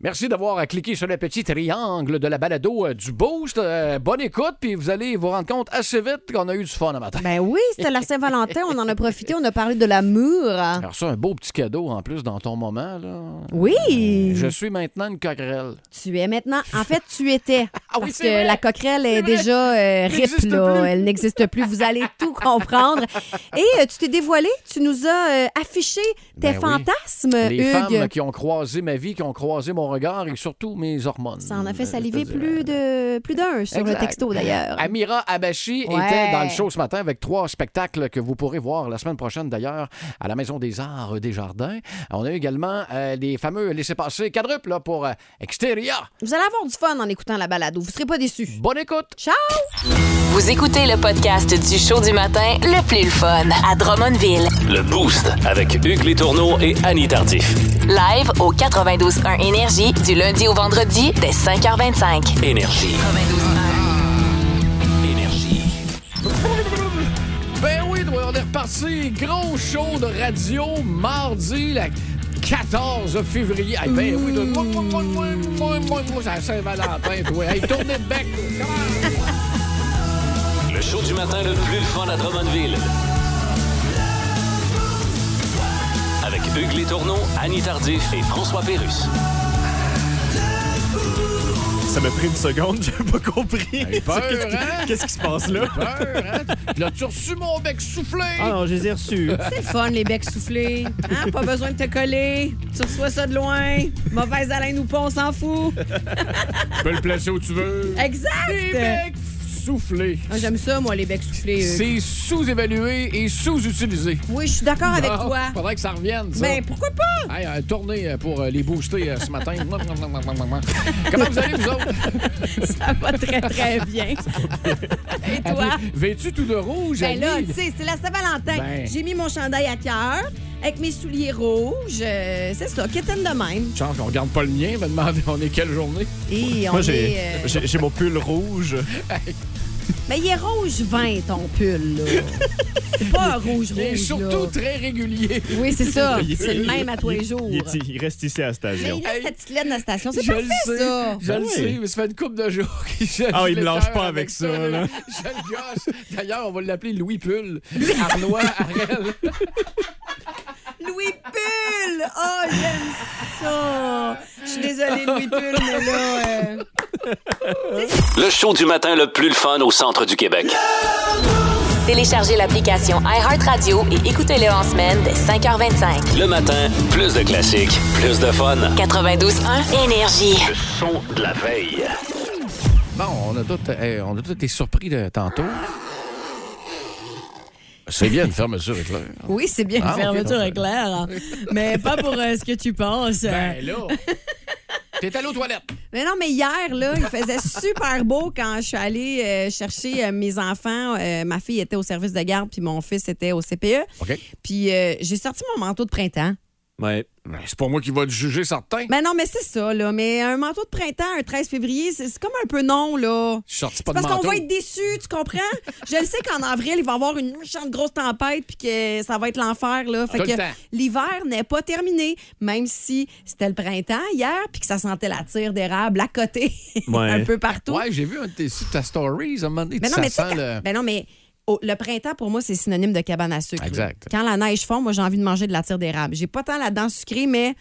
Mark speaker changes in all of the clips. Speaker 1: Merci d'avoir euh, cliqué sur le petit triangle de la balado euh, du Boost. Euh, bonne écoute, puis vous allez vous rendre compte assez vite qu'on a eu du fun le matin.
Speaker 2: Ben oui, c'était la Saint-Valentin, on en a profité, on a parlé de l'amour.
Speaker 1: Alors ça, un beau petit cadeau en plus dans ton moment. Là.
Speaker 2: Oui.
Speaker 1: Je suis maintenant une coquerelle.
Speaker 2: Tu es maintenant. En fait, tu étais.
Speaker 1: Ah oui,
Speaker 2: parce
Speaker 1: c'est
Speaker 2: que
Speaker 1: vrai.
Speaker 2: la coquerelle est,
Speaker 1: C'est vrai.
Speaker 2: déjà euh,
Speaker 1: Elle
Speaker 2: rip,
Speaker 1: n'existe
Speaker 2: là.
Speaker 1: plus.
Speaker 2: Elle n'existe plus. Vous allez tout comprendre. Et euh, tu t'es dévoilé. Tu nous as euh, affiché tes
Speaker 1: Ben oui.
Speaker 2: fantasmes,
Speaker 1: Les
Speaker 2: Hugues.
Speaker 1: femmes qui ont croisé ma vie, qui ont croisé mon regard et surtout mes hormones.
Speaker 2: Ça en a fait saliver
Speaker 1: euh, C'est-à-dire,
Speaker 2: plus de plus d'un sur le
Speaker 1: Exact. Ah.
Speaker 2: texto, d'ailleurs.
Speaker 1: Amira Abachi
Speaker 2: Ouais.
Speaker 1: était dans le show ce matin avec trois spectacles que vous pourrez voir la semaine prochaine d'ailleurs à la Maison des Arts des Jardins. On a eu également euh, les fameux laissez-passer quadruples là, pour euh, Exteria.
Speaker 2: Vous allez avoir du fun en écoutant la balado. Vous serez pas déçus.
Speaker 1: Bonne écoute!
Speaker 2: Ciao!
Speaker 3: Vous écoutez le podcast du show du matin le plus le fun à Drummondville.
Speaker 4: Le Boost avec Hugues Létourneau et Annie Tardif.
Speaker 3: Live au 92.1 Énergie du lundi au vendredi dès 5h25.
Speaker 4: Énergie. Énergie.
Speaker 1: Ben oui, on est reparti. Gros show de radio mardi, la 14 février. Hey, ben oui, de... moi, moi, moi, moi, moi, moi, moi, c'est la Saint-Valentin, toi. Hey, tournez le bec. Come on.
Speaker 4: Le show du matin le plus fun à Drummondville. Avec Hugues Létourneau, Annie Tardif et François Pérus.
Speaker 5: Ça m'a pris une seconde, j'ai pas compris.
Speaker 1: eu peur,
Speaker 5: Qu'est-ce qui-
Speaker 1: hein?
Speaker 5: Qu'est-ce qui se passe là?
Speaker 1: Peur, hein? L'as-tu reçu mon bec soufflé?
Speaker 5: Ah non, je les ai reçus.
Speaker 2: C'est le fun, les becs soufflés. Hein, pas besoin de te coller. Tu reçois ça de loin. Mauvaise haleine ou pas, on s'en fout.
Speaker 1: Tu peux le placer où tu veux.
Speaker 2: Exact!
Speaker 1: Bec soufflé.
Speaker 2: Ah, J'aime ça, moi, les becs soufflés. euh.
Speaker 1: C'est sous-évalué et sous-utilisé.
Speaker 2: Oui, je suis d'accord avec
Speaker 1: Ah,
Speaker 2: toi. Ben,
Speaker 1: Faudrait que ça revienne, ça.
Speaker 2: Mais pourquoi pas?
Speaker 1: Hey, euh, tournez euh, pour euh, les booster euh, ce matin. Comment vous allez, vous autres?
Speaker 2: Ça va très, très bien. Et toi?
Speaker 1: Vêtu tout de rouge,
Speaker 2: Ben là,
Speaker 1: Annie?
Speaker 2: tu sais, c'est la Saint-Valentin.
Speaker 1: Ben.
Speaker 2: J'ai mis mon chandail à cœur avec mes souliers rouges. euh, c'est ça, kitten de même.
Speaker 1: Chance qu'on regarde pas le mien, va demander on est quelle journée.
Speaker 2: Et on
Speaker 5: Moi, j'ai
Speaker 2: est... euh,
Speaker 5: j'ai- j'ai mon pull rouge.
Speaker 2: Mais il est rouge vin, ton pull, là. C'est pas un rouge
Speaker 1: Il est
Speaker 2: rouge,
Speaker 1: surtout
Speaker 2: Ben là.
Speaker 1: très régulier.
Speaker 2: Oui, c'est ça.
Speaker 5: Il-
Speaker 2: Ah, C'est le même à tous les jours.
Speaker 5: Il, est- il reste ici à la
Speaker 2: Mais
Speaker 5: station.
Speaker 2: il laisse
Speaker 1: Hey.
Speaker 2: cette petite laine de la station. C'est
Speaker 1: Je le
Speaker 2: parfait,
Speaker 1: sais,
Speaker 2: ça.
Speaker 1: je
Speaker 5: Ben
Speaker 1: le
Speaker 5: oui.
Speaker 1: sais, mais ça fait une couple de jours qu'il gèle
Speaker 5: Ah, il
Speaker 1: les
Speaker 5: me lâche
Speaker 1: cœurs
Speaker 5: pas avec ça, là.
Speaker 1: Je le gosse. D'ailleurs, on va l'appeler Louis Pull. Arnois, Arel.
Speaker 2: Louis Pull! Oh, j'aime ça! Je suis désolée, Louis Pull, mais là... euh,
Speaker 4: Le show du matin le plus fun au centre du Québec.
Speaker 3: Téléchargez l'application iHeartRadio et écoutez-le en semaine dès 5h25.
Speaker 4: Le matin, plus de classiques, plus de fun.
Speaker 3: 92.1 Énergie.
Speaker 4: Le son de la veille.
Speaker 1: Bon, on a tous eh, on a tous été surpris de tantôt. C'est bien une fermeture éclair.
Speaker 2: Oui, c'est bien
Speaker 1: Ah,
Speaker 2: une
Speaker 1: ok,
Speaker 2: fermeture
Speaker 1: parfait.
Speaker 2: éclair, hein. mais pas pour euh, ce que tu penses.
Speaker 1: Ben là, t'es allé aux toilettes.
Speaker 2: Mais non, mais hier, là, il faisait super beau quand je suis allée euh, chercher euh, mes enfants. Euh, ma fille était au service de garde, puis mon fils était au CPE.
Speaker 1: OK.
Speaker 2: Puis euh, j'ai sorti mon manteau de printemps.
Speaker 5: Ouais.
Speaker 1: Ben, c'est pas moi qui va te juger certain.
Speaker 2: Mais non, mais c'est ça, là. Mais un manteau de printemps, un 13 février, c'est c'est comme un peu non, là.
Speaker 1: Je suis sorti pas
Speaker 2: C'est
Speaker 1: de
Speaker 2: parce qu'on
Speaker 1: manteau.
Speaker 2: va être déçus, tu comprends? Je le sais qu'en avril, il va y avoir une méchante grosse tempête puis que ça va être l'enfer. là. Fait
Speaker 1: Tout le
Speaker 2: que
Speaker 1: temps.
Speaker 2: l'hiver n'est pas terminé, même si c'était le printemps hier puis que ça sentait la tire d'érable à côté,
Speaker 5: Ouais.
Speaker 2: un peu partout.
Speaker 1: Ouais, j'ai vu un de tes, sur ta stories, à un moment donné,
Speaker 2: mais non,
Speaker 1: ça
Speaker 2: mais tu sais
Speaker 1: sent
Speaker 2: quand-
Speaker 1: le...
Speaker 2: ben non, mais oh, le printemps, pour moi, c'est synonyme de cabane à sucre.
Speaker 1: Exact.
Speaker 2: Quand la neige fond, moi, j'ai envie de manger de la tire d'érable. J'ai pas tant la dent sucrée, mais...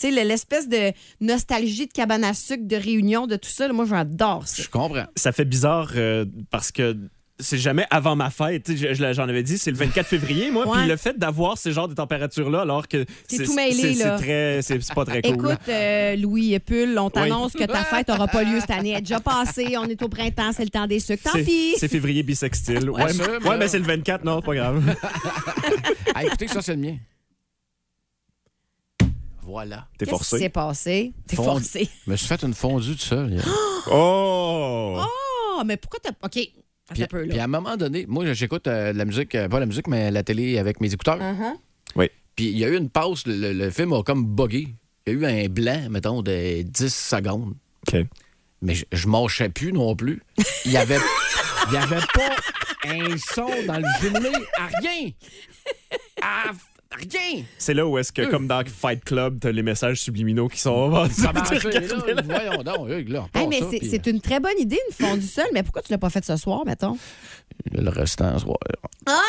Speaker 2: Tu sais, le- l'espèce de nostalgie de cabane à sucre, de réunion, de tout ça, là, moi, j'adore ça.
Speaker 1: Je comprends.
Speaker 5: Ça fait bizarre euh, parce que c'est jamais avant ma fête. Tu sais, je- je l'ai- J'en avais dit, c'est le 24 février, moi.
Speaker 2: Ouais.
Speaker 5: Puis le fait d'avoir ces genres de températures-là, alors que c'est
Speaker 2: tout mêlé,
Speaker 5: c'est- c'est
Speaker 2: là.
Speaker 5: très- c'est- c'est pas très cool.
Speaker 2: Écoute, euh, Louis Pull, on t'annonce que ta fête n'aura pas lieu cette année. Elle est déjà passée. On est au printemps, c'est le temps des sucres. Tant
Speaker 5: C'est-
Speaker 2: pis.
Speaker 5: C'est février bisextile. Ouais,
Speaker 1: c'est
Speaker 5: mais-
Speaker 1: sûr, mais
Speaker 5: ouais,
Speaker 1: là-
Speaker 5: mais c'est le 24, non, pas grave.
Speaker 1: Ah, écoutez, ça, c'est le mien. Voilà.
Speaker 5: T'es
Speaker 2: Qu'est-ce qui
Speaker 5: forcé.
Speaker 2: s'est passé? T'es
Speaker 1: Fond-
Speaker 2: forcé.
Speaker 1: Je me suis fait une fondue de seul. hier.
Speaker 5: Oh!
Speaker 2: Oh, mais pourquoi t'as. OK. Attends
Speaker 1: Puis,
Speaker 2: un peu,
Speaker 1: puis
Speaker 2: là.
Speaker 1: à un moment donné, moi, j'écoute euh, de la musique, euh, pas la musique, mais la télé avec mes écouteurs.
Speaker 2: Uh-huh.
Speaker 5: Oui.
Speaker 1: Puis il y a eu une pause, le, le- le film a comme buggé. Il y a eu un blanc, mettons, de 10 secondes.
Speaker 5: OK.
Speaker 1: Mais je, je mâchais plus non plus. Il y avait, il y avait pas un son dans le jumelé, à rien. À, Rien!
Speaker 5: C'est là où est-ce
Speaker 2: Hmm.
Speaker 5: que,
Speaker 1: Euh.
Speaker 5: comme dans Fight Club, t'as les messages subliminaux qui sont...
Speaker 1: Ça marche, là, voyons donc, Hugues, là, on
Speaker 2: Hey, mais
Speaker 1: part ça,
Speaker 2: c'est-
Speaker 1: puis- euh,
Speaker 2: c'est une très bonne idée, une fondue seule, mais pourquoi tu l'as pas faite ce soir, mettons?
Speaker 1: euh, Le restant, c'est ouais.
Speaker 2: Ah!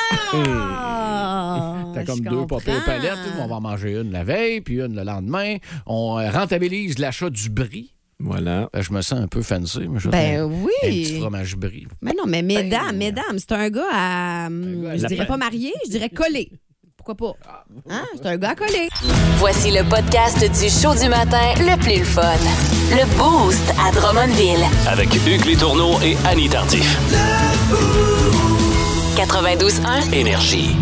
Speaker 1: T'as
Speaker 2: Je
Speaker 1: comme deux
Speaker 2: comprends.
Speaker 1: papiers palettes. On va en manger une la veille, puis une le lendemain. On euh, rentabilise l'achat du brie.
Speaker 5: Voilà.
Speaker 1: Ben, je me sens un peu fancy. mais je
Speaker 2: Ben
Speaker 1: un-
Speaker 2: oui.
Speaker 1: Un petit fromage brie.
Speaker 2: Mais non, mais mesdames, mesdames, c'est un gars à. hum,
Speaker 1: gars à
Speaker 2: Je
Speaker 1: la Ah,
Speaker 2: dirais pas marié, je dirais collé. Pourquoi pas? Hein? C'est un gars à coller.
Speaker 3: Voici le podcast du show du matin le plus le fun. Le Boost à Drummondville.
Speaker 4: Avec Hugues Létourneau et Annie Tardif.
Speaker 3: 92.1.
Speaker 4: Énergie.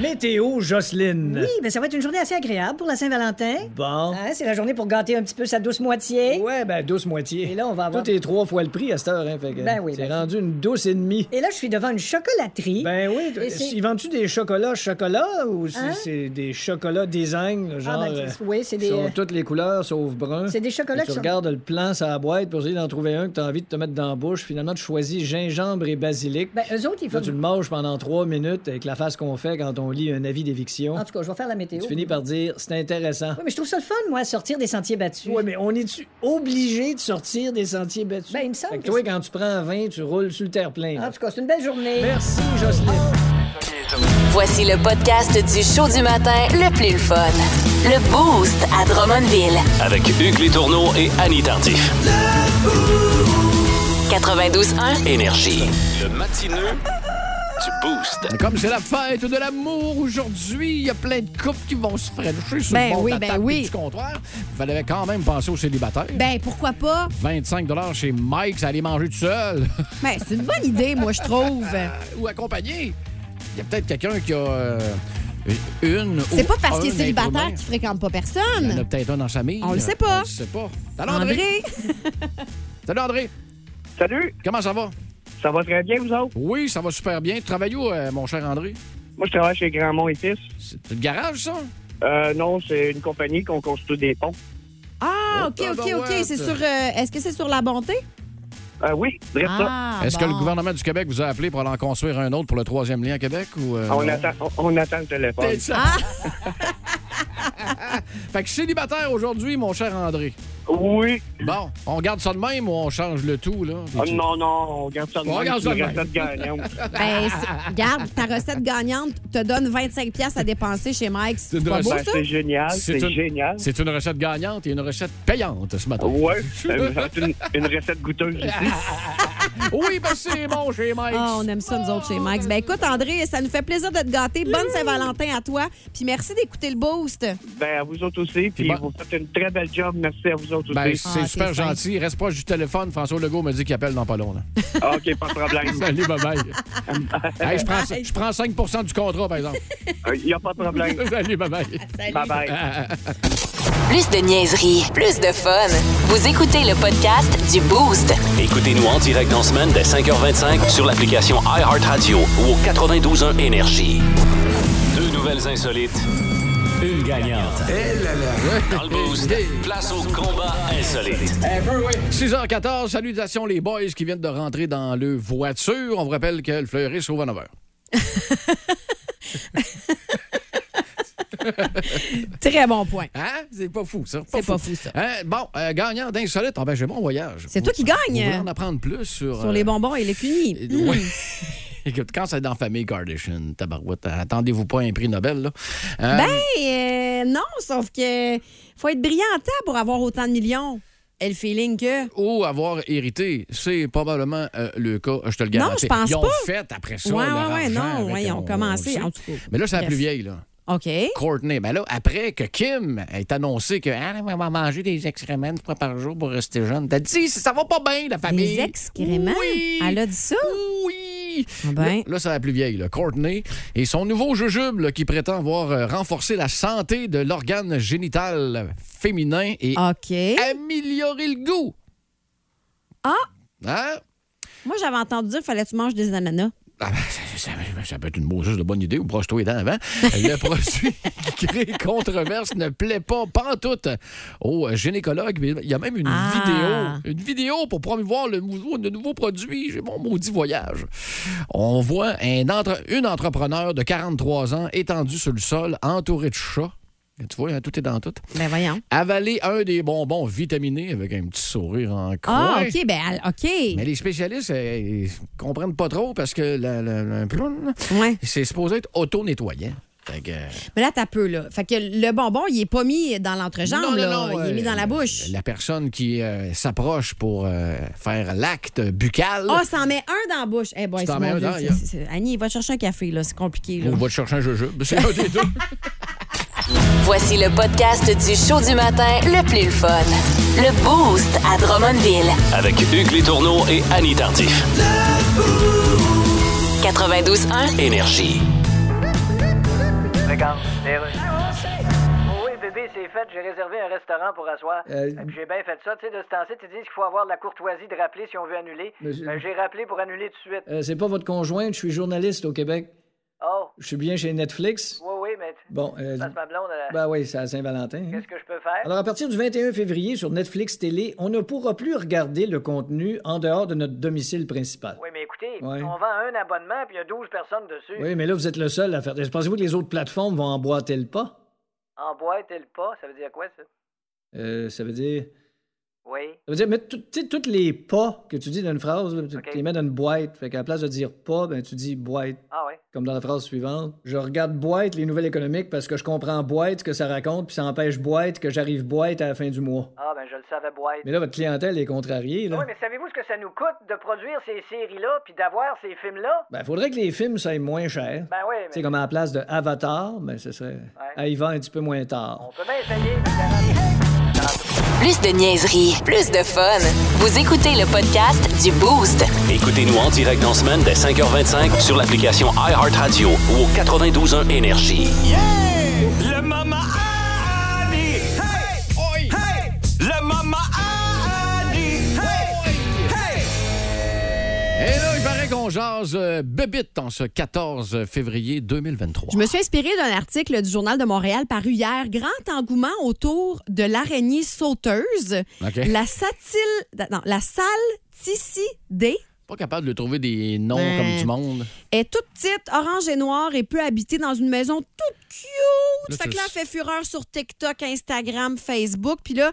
Speaker 6: Météo Jocelyne.
Speaker 7: Oui, ben ça va être une journée assez agréable pour la Saint-Valentin.
Speaker 6: Bon.
Speaker 7: Hein, c'est la journée pour gâter un petit peu sa douce moitié.
Speaker 6: Ouais, ben douce moitié.
Speaker 7: Et là, on va avoir-
Speaker 6: Tout est trois fois le prix à cette heure, hein, fait que
Speaker 7: Ben oui,
Speaker 6: C'est
Speaker 7: ben-
Speaker 6: rendu une douce et demie.
Speaker 7: Et là, je suis devant une chocolaterie.
Speaker 6: Ben oui,
Speaker 7: Et c'est-
Speaker 6: ils vendent-tu des chocolats chocolat ou c'est
Speaker 7: Hein?
Speaker 6: c'est des chocolats design, là, genre...
Speaker 7: ah, ben, c'est- oui, c'est des.
Speaker 6: Ils
Speaker 7: euh,
Speaker 6: sont toutes les couleurs sauf brun.
Speaker 7: C'est des chocolats
Speaker 6: Et tu
Speaker 7: qui sont-
Speaker 6: regardes le plan sur la boîte pour essayer d'en trouver un que tu as envie de te mettre dans la bouche. Finalement, tu choisis gingembre et basilic.
Speaker 7: Ben, eux autres, ils font.
Speaker 6: Là, tu le manges pendant trois minutes avec la face qu'on fait quand on lit un avis d'éviction.
Speaker 7: En tout cas, je vais faire la météo.
Speaker 6: Tu finis par dire c'est intéressant.
Speaker 7: Oui, mais je trouve ça le fun, moi, sortir des sentiers battus.
Speaker 6: Oui, mais on est-tu obligé de sortir des sentiers battus?
Speaker 7: Ben, il me semble
Speaker 6: Fait que
Speaker 7: que
Speaker 6: toi,
Speaker 7: c'est-
Speaker 6: quand tu prends 20, tu roules sur le terre-plein.
Speaker 7: En tout cas, c'est une belle journée.
Speaker 6: ben, Merci, Jocelyne.
Speaker 3: Voici le podcast du show du matin le plus le fun. Le Boost à Drummondville.
Speaker 4: Avec Hugues Létourneau et Annie Tardif.
Speaker 3: 92.1.
Speaker 4: Énergie. Le matineux du Boost.
Speaker 1: Comme c'est la fête de l'amour aujourd'hui, il y a plein de couples qui vont se frencher sur
Speaker 2: Ben
Speaker 1: le bord
Speaker 2: oui,
Speaker 1: de la
Speaker 2: ben
Speaker 1: table
Speaker 2: oui.
Speaker 1: et du comptoir. Il fallait quand même penser aux célibataires.
Speaker 2: Ben, pourquoi pas?
Speaker 1: 25 chez Mike, ça allait manger tout seul
Speaker 2: Ben, c'est une bonne idée, moi, je trouve.
Speaker 1: ou accompagné. Il y a peut-être quelqu'un qui a euh, une
Speaker 2: C'est
Speaker 1: ou
Speaker 2: pas parce qu'il est
Speaker 1: un
Speaker 2: célibataire
Speaker 1: être
Speaker 2: qu'il fréquente pas
Speaker 1: humain. Il y en a
Speaker 2: personne.
Speaker 1: peut-être un dans sa famille.
Speaker 2: On le sait pas.
Speaker 1: On le sait pas. Salut André.
Speaker 2: André,
Speaker 1: Salut André.
Speaker 8: Salut,
Speaker 1: Comment ça va?
Speaker 8: ça va très bien, vous autres?
Speaker 1: Oui, ça va super bien. Tu travailles où, euh, mon cher André?
Speaker 8: Moi, je travaille chez Grandmont et Fils.
Speaker 1: C'est le garage, ça?
Speaker 8: Euh, non, c'est une compagnie qu'on construit des ponts.
Speaker 1: Oh,
Speaker 2: Ah, OK, OK, OK.
Speaker 1: tabarouette.
Speaker 2: C'est sur. euh, Est-ce que c'est sur la bonté?
Speaker 8: Euh, oui, direct ça.
Speaker 2: Ah,
Speaker 1: Est-ce que le
Speaker 2: bon.
Speaker 1: gouvernement du Québec vous a appelé pour aller en construire un autre pour le troisième lien à Québec? Ou, euh,
Speaker 8: On
Speaker 1: non?
Speaker 8: attend, on, on attend le téléphone.
Speaker 1: Peut-être ça.
Speaker 2: Ah,
Speaker 1: fait que célibataire aujourd'hui, mon cher André.
Speaker 8: Oui.
Speaker 1: Bon, on garde ça de même ou on change le tout, là?
Speaker 8: Ah, non, non, on garde ça de
Speaker 1: On
Speaker 8: même,
Speaker 1: garde ça
Speaker 8: c'est
Speaker 1: de
Speaker 8: une
Speaker 1: même.
Speaker 8: recette gagnante.
Speaker 2: Ben, c'est- regarde, ta recette gagnante te donne 25 pièces à dépenser chez Mike. C'est
Speaker 1: une
Speaker 2: pas beau,
Speaker 8: Ben,
Speaker 1: recette.
Speaker 2: ça?
Speaker 8: c'est génial, c'est
Speaker 1: une-
Speaker 8: génial.
Speaker 1: C'est une recette gagnante et une recette payante ce matin.
Speaker 8: Oui, c'est ben, une, une recette goûteuse
Speaker 1: Ah.
Speaker 8: aussi.
Speaker 1: Oui, ben c'est bon chez Mike.
Speaker 2: Ah, on aime ça, nous autres, chez Max. Ben écoute, André, ça nous fait plaisir de te gâter. Bonne Saint-Valentin à toi. Puis merci d'écouter le boost.
Speaker 8: Ben, à vous autres aussi, puis
Speaker 1: bon.
Speaker 8: vous faites une très belle job. Merci à vous autres
Speaker 1: Ben,
Speaker 8: aussi.
Speaker 1: c'est
Speaker 2: Ah,
Speaker 1: super
Speaker 2: t'es fin.
Speaker 1: gentil. Reste proche du téléphone. François Legault me dit qu'il appelle dans pas long. là.
Speaker 8: Ah, OK, pas de problème.
Speaker 1: Salut, bye bye. Hey, je, prends, je prends 5 du contrat, par exemple.
Speaker 8: Il n'y Euh, a pas de problème.
Speaker 1: Salut, bye bye.
Speaker 8: Bye-bye.
Speaker 1: Ah.
Speaker 3: Plus de niaiserie, plus de fun. Vous écoutez le podcast du Boost.
Speaker 4: Écoutez-nous en direct dans la semaine dès 5h25 sur l'application iHeartRadio ou au 92.1 Énergie. Deux nouvelles insolites, une gagnante. Dans le Boost, place au combat insolite.
Speaker 1: 6h14, salutations les boys qui viennent de rentrer dans le voiture. On vous rappelle que le fleuriste s'ouvre à 9h.
Speaker 2: Très bon point.
Speaker 1: Hein? C'est pas fou, ça.
Speaker 2: C'est pas fou, ça.
Speaker 1: Hein? Bon, euh, gagnant d'insolite. Ah ben, j'ai bon voyage.
Speaker 2: C'est toi qui
Speaker 1: Vous voulez
Speaker 2: gagne hein?
Speaker 1: en apprendre plus sur...
Speaker 2: sur les Hmm. bonbons et les
Speaker 1: euh,
Speaker 2: cunis.
Speaker 1: ouais. Écoute, Quand c'est dans Famille Kardashian, tabarouette, attendez-vous pas un prix Nobel, là. Euh,
Speaker 2: Ben, euh, non, sauf que faut être brillantant pour avoir autant de millions. Et le feeling que.
Speaker 1: ou avoir hérité, c'est probablement euh, le cas, je te le garantis.
Speaker 2: je pense
Speaker 1: Ils ont
Speaker 2: pas.
Speaker 1: fait après ça.
Speaker 2: Ouais, ouais,
Speaker 1: leur
Speaker 2: ouais,
Speaker 1: argent
Speaker 2: non,
Speaker 1: avec-
Speaker 2: ouais, ils
Speaker 1: on-
Speaker 2: ont
Speaker 1: on
Speaker 2: commencé,
Speaker 1: le sait.
Speaker 2: en tout cas.
Speaker 1: Mais là, c'est la
Speaker 2: Bref.
Speaker 1: plus vieille, là.
Speaker 2: OK.
Speaker 1: Courtney. Ben là, après que Kim ait annoncé que ah, on va manger des excréments une fois par jour pour rester jeune, t'as dit ça va pas bien, la famille.
Speaker 2: Des excréments?
Speaker 1: Oui.
Speaker 2: Elle a dit ça?
Speaker 1: Oui.
Speaker 2: Ah ben.
Speaker 1: Là, là, c'est la plus vieille, là. Courtney et son nouveau jujube là, qui prétend avoir euh, renforcé la santé de l'organe génital féminin et
Speaker 2: OK.
Speaker 1: amélioré le goût.
Speaker 2: Ah!
Speaker 1: Hein?
Speaker 2: Moi, j'avais entendu dire qu'il fallait que tu manges des ananas.
Speaker 1: Ah ben, ça, ça peut être une bonne, juste une bonne idée, ou broche-toi les dents avant. Le produit qui crée controverse ne plaît pas pantoute aux gynécologues. Mais Il y a même une
Speaker 2: Ah.
Speaker 1: vidéo, une vidéo pour promouvoir le nouveau, le nouveau produit. J'ai mon maudit voyage. On voit un entre- une entrepreneur de 43 ans étendue sur le sol, entourée de chats. Tu vois, hein, tout est dans tout.
Speaker 2: Ben voyons.
Speaker 1: Avaler un des bonbons vitaminés avec un petit sourire en coin.
Speaker 2: Ah, OK, ben, elle-
Speaker 1: Mais
Speaker 2: OK.
Speaker 1: les spécialistes euh, ils comprennent pas trop parce que la- la- la- ploum,
Speaker 2: Ouais.
Speaker 1: c'est supposé être auto-nettoyant. Fait que- euh,
Speaker 2: Mais là, t'as peu, là. Fait que le bonbon, il est pas mis dans l'entrejambe,
Speaker 1: Non, non,
Speaker 2: là.
Speaker 1: non,
Speaker 2: il est mis
Speaker 1: euh,
Speaker 2: dans la bouche.
Speaker 1: La personne qui euh, s'approche pour euh, faire l'acte buccal.
Speaker 2: Ah, ça en met un dans la bouche. Eh, boy,
Speaker 1: Tu t'en
Speaker 2: c'est
Speaker 1: mets
Speaker 2: mon
Speaker 1: un
Speaker 2: Dieu,
Speaker 1: dans, hein?
Speaker 2: c'est-
Speaker 1: il y a-
Speaker 2: c'est- c'est- Annie, va chercher un café, là. C'est compliqué, là.
Speaker 1: on va te chercher un jeu C'est un des deux.
Speaker 3: Voici le podcast du show du matin le plus le fun. Le Boost à Drummondville.
Speaker 4: Avec Hugues Létourneau et Annie Tardif.
Speaker 3: 92.1.
Speaker 4: Énergie.
Speaker 9: Regarde, les rues. Ah, Oui, bébé, c'est fait. J'ai réservé un restaurant pour asseoir.
Speaker 6: Euh,
Speaker 9: Et puis j'ai bien fait ça. Tu sais, de ce temps-ci, tu dis qu'il faut avoir de la courtoisie de rappeler si on veut annuler.
Speaker 6: Monsieur-
Speaker 9: Ben, j'ai rappelé pour annuler tout de
Speaker 7: Ah.
Speaker 9: suite.
Speaker 6: Euh, c'est pas votre conjointe, je suis journaliste au Québec.
Speaker 9: Oh,
Speaker 6: Je suis bien chez Netflix.
Speaker 9: oui, oui, mais...
Speaker 6: Bon, euh,
Speaker 7: Ah.
Speaker 9: Parce que ma blonde, elle-
Speaker 6: ben oui, c'est à Saint-Valentin. hein.
Speaker 9: qu'est-ce que je peux faire?
Speaker 6: Alors, à partir du 21 février, sur Netflix Télé, on ne pourra plus regarder le contenu en dehors de notre domicile principal.
Speaker 9: Oui, mais écoutez,
Speaker 6: Ouais.
Speaker 9: on vend un abonnement, puis il y a 12 personnes dessus.
Speaker 6: Oui, mais là, vous êtes le seul à faire. Pensez-vous que les autres plateformes vont emboîter le pas?
Speaker 9: En boîte et le pas, ça veut dire quoi, ça?
Speaker 6: Euh, ça veut dire.
Speaker 9: Oui.
Speaker 6: Ça veut dire, mettre tout- tu sais, tous les pas que tu dis dans une phrase, là, tu
Speaker 9: Ok.
Speaker 6: tu les mets dans une boîte. Fait qu'à la place de dire pas, ben, tu dis boîte.
Speaker 9: Ah oui.
Speaker 6: Comme dans la phrase suivante. Je regarde boîte les nouvelles économiques parce que je comprends boîte ce que ça raconte, puis ça empêche boîte que j'arrive boîte à la fin du mois.
Speaker 9: Ah, ben je le savais boîte.
Speaker 6: Mais là, votre clientèle est contrariée. Là.
Speaker 9: Oui, mais savez-vous ce que ça nous coûte de produire ces séries-là, puis d'avoir ces films-là?
Speaker 6: Ben, faudrait que les films soient moins chers.
Speaker 9: Ben oui,
Speaker 6: Tu sais,
Speaker 9: mais
Speaker 6: comme à la place de Avatar, ben, ce serait. Ah, il va un petit peu moins tard.
Speaker 9: on peut bien essayer.
Speaker 3: Plus de niaiserie, plus de fun. Vous écoutez le podcast du Boost.
Speaker 4: Écoutez-nous en direct dans la semaine dès 5h25 sur l'application iHeartRadio ou au 92.1 Énergie.
Speaker 5: Le Mama Annie! Hey! Hey! Le Mama Annie!
Speaker 1: Et là, il paraît qu'on jase euh, bébite en ce 14 février 2023.
Speaker 2: Je me suis inspirée d'un article du Journal de Montréal paru hier. Grand engouement autour de l'araignée sauteuse.
Speaker 1: OK.
Speaker 2: La satile. Non, la salticidée
Speaker 1: Pas capable de trouver des noms
Speaker 2: Ouais.
Speaker 1: comme du monde.
Speaker 2: est toute petite, orange et noire et peut habiter dans une maison toute cute.
Speaker 1: Là,
Speaker 2: fait
Speaker 1: tu-
Speaker 2: que là, elle fait fureur sur TikTok, Instagram, Facebook. Puis là,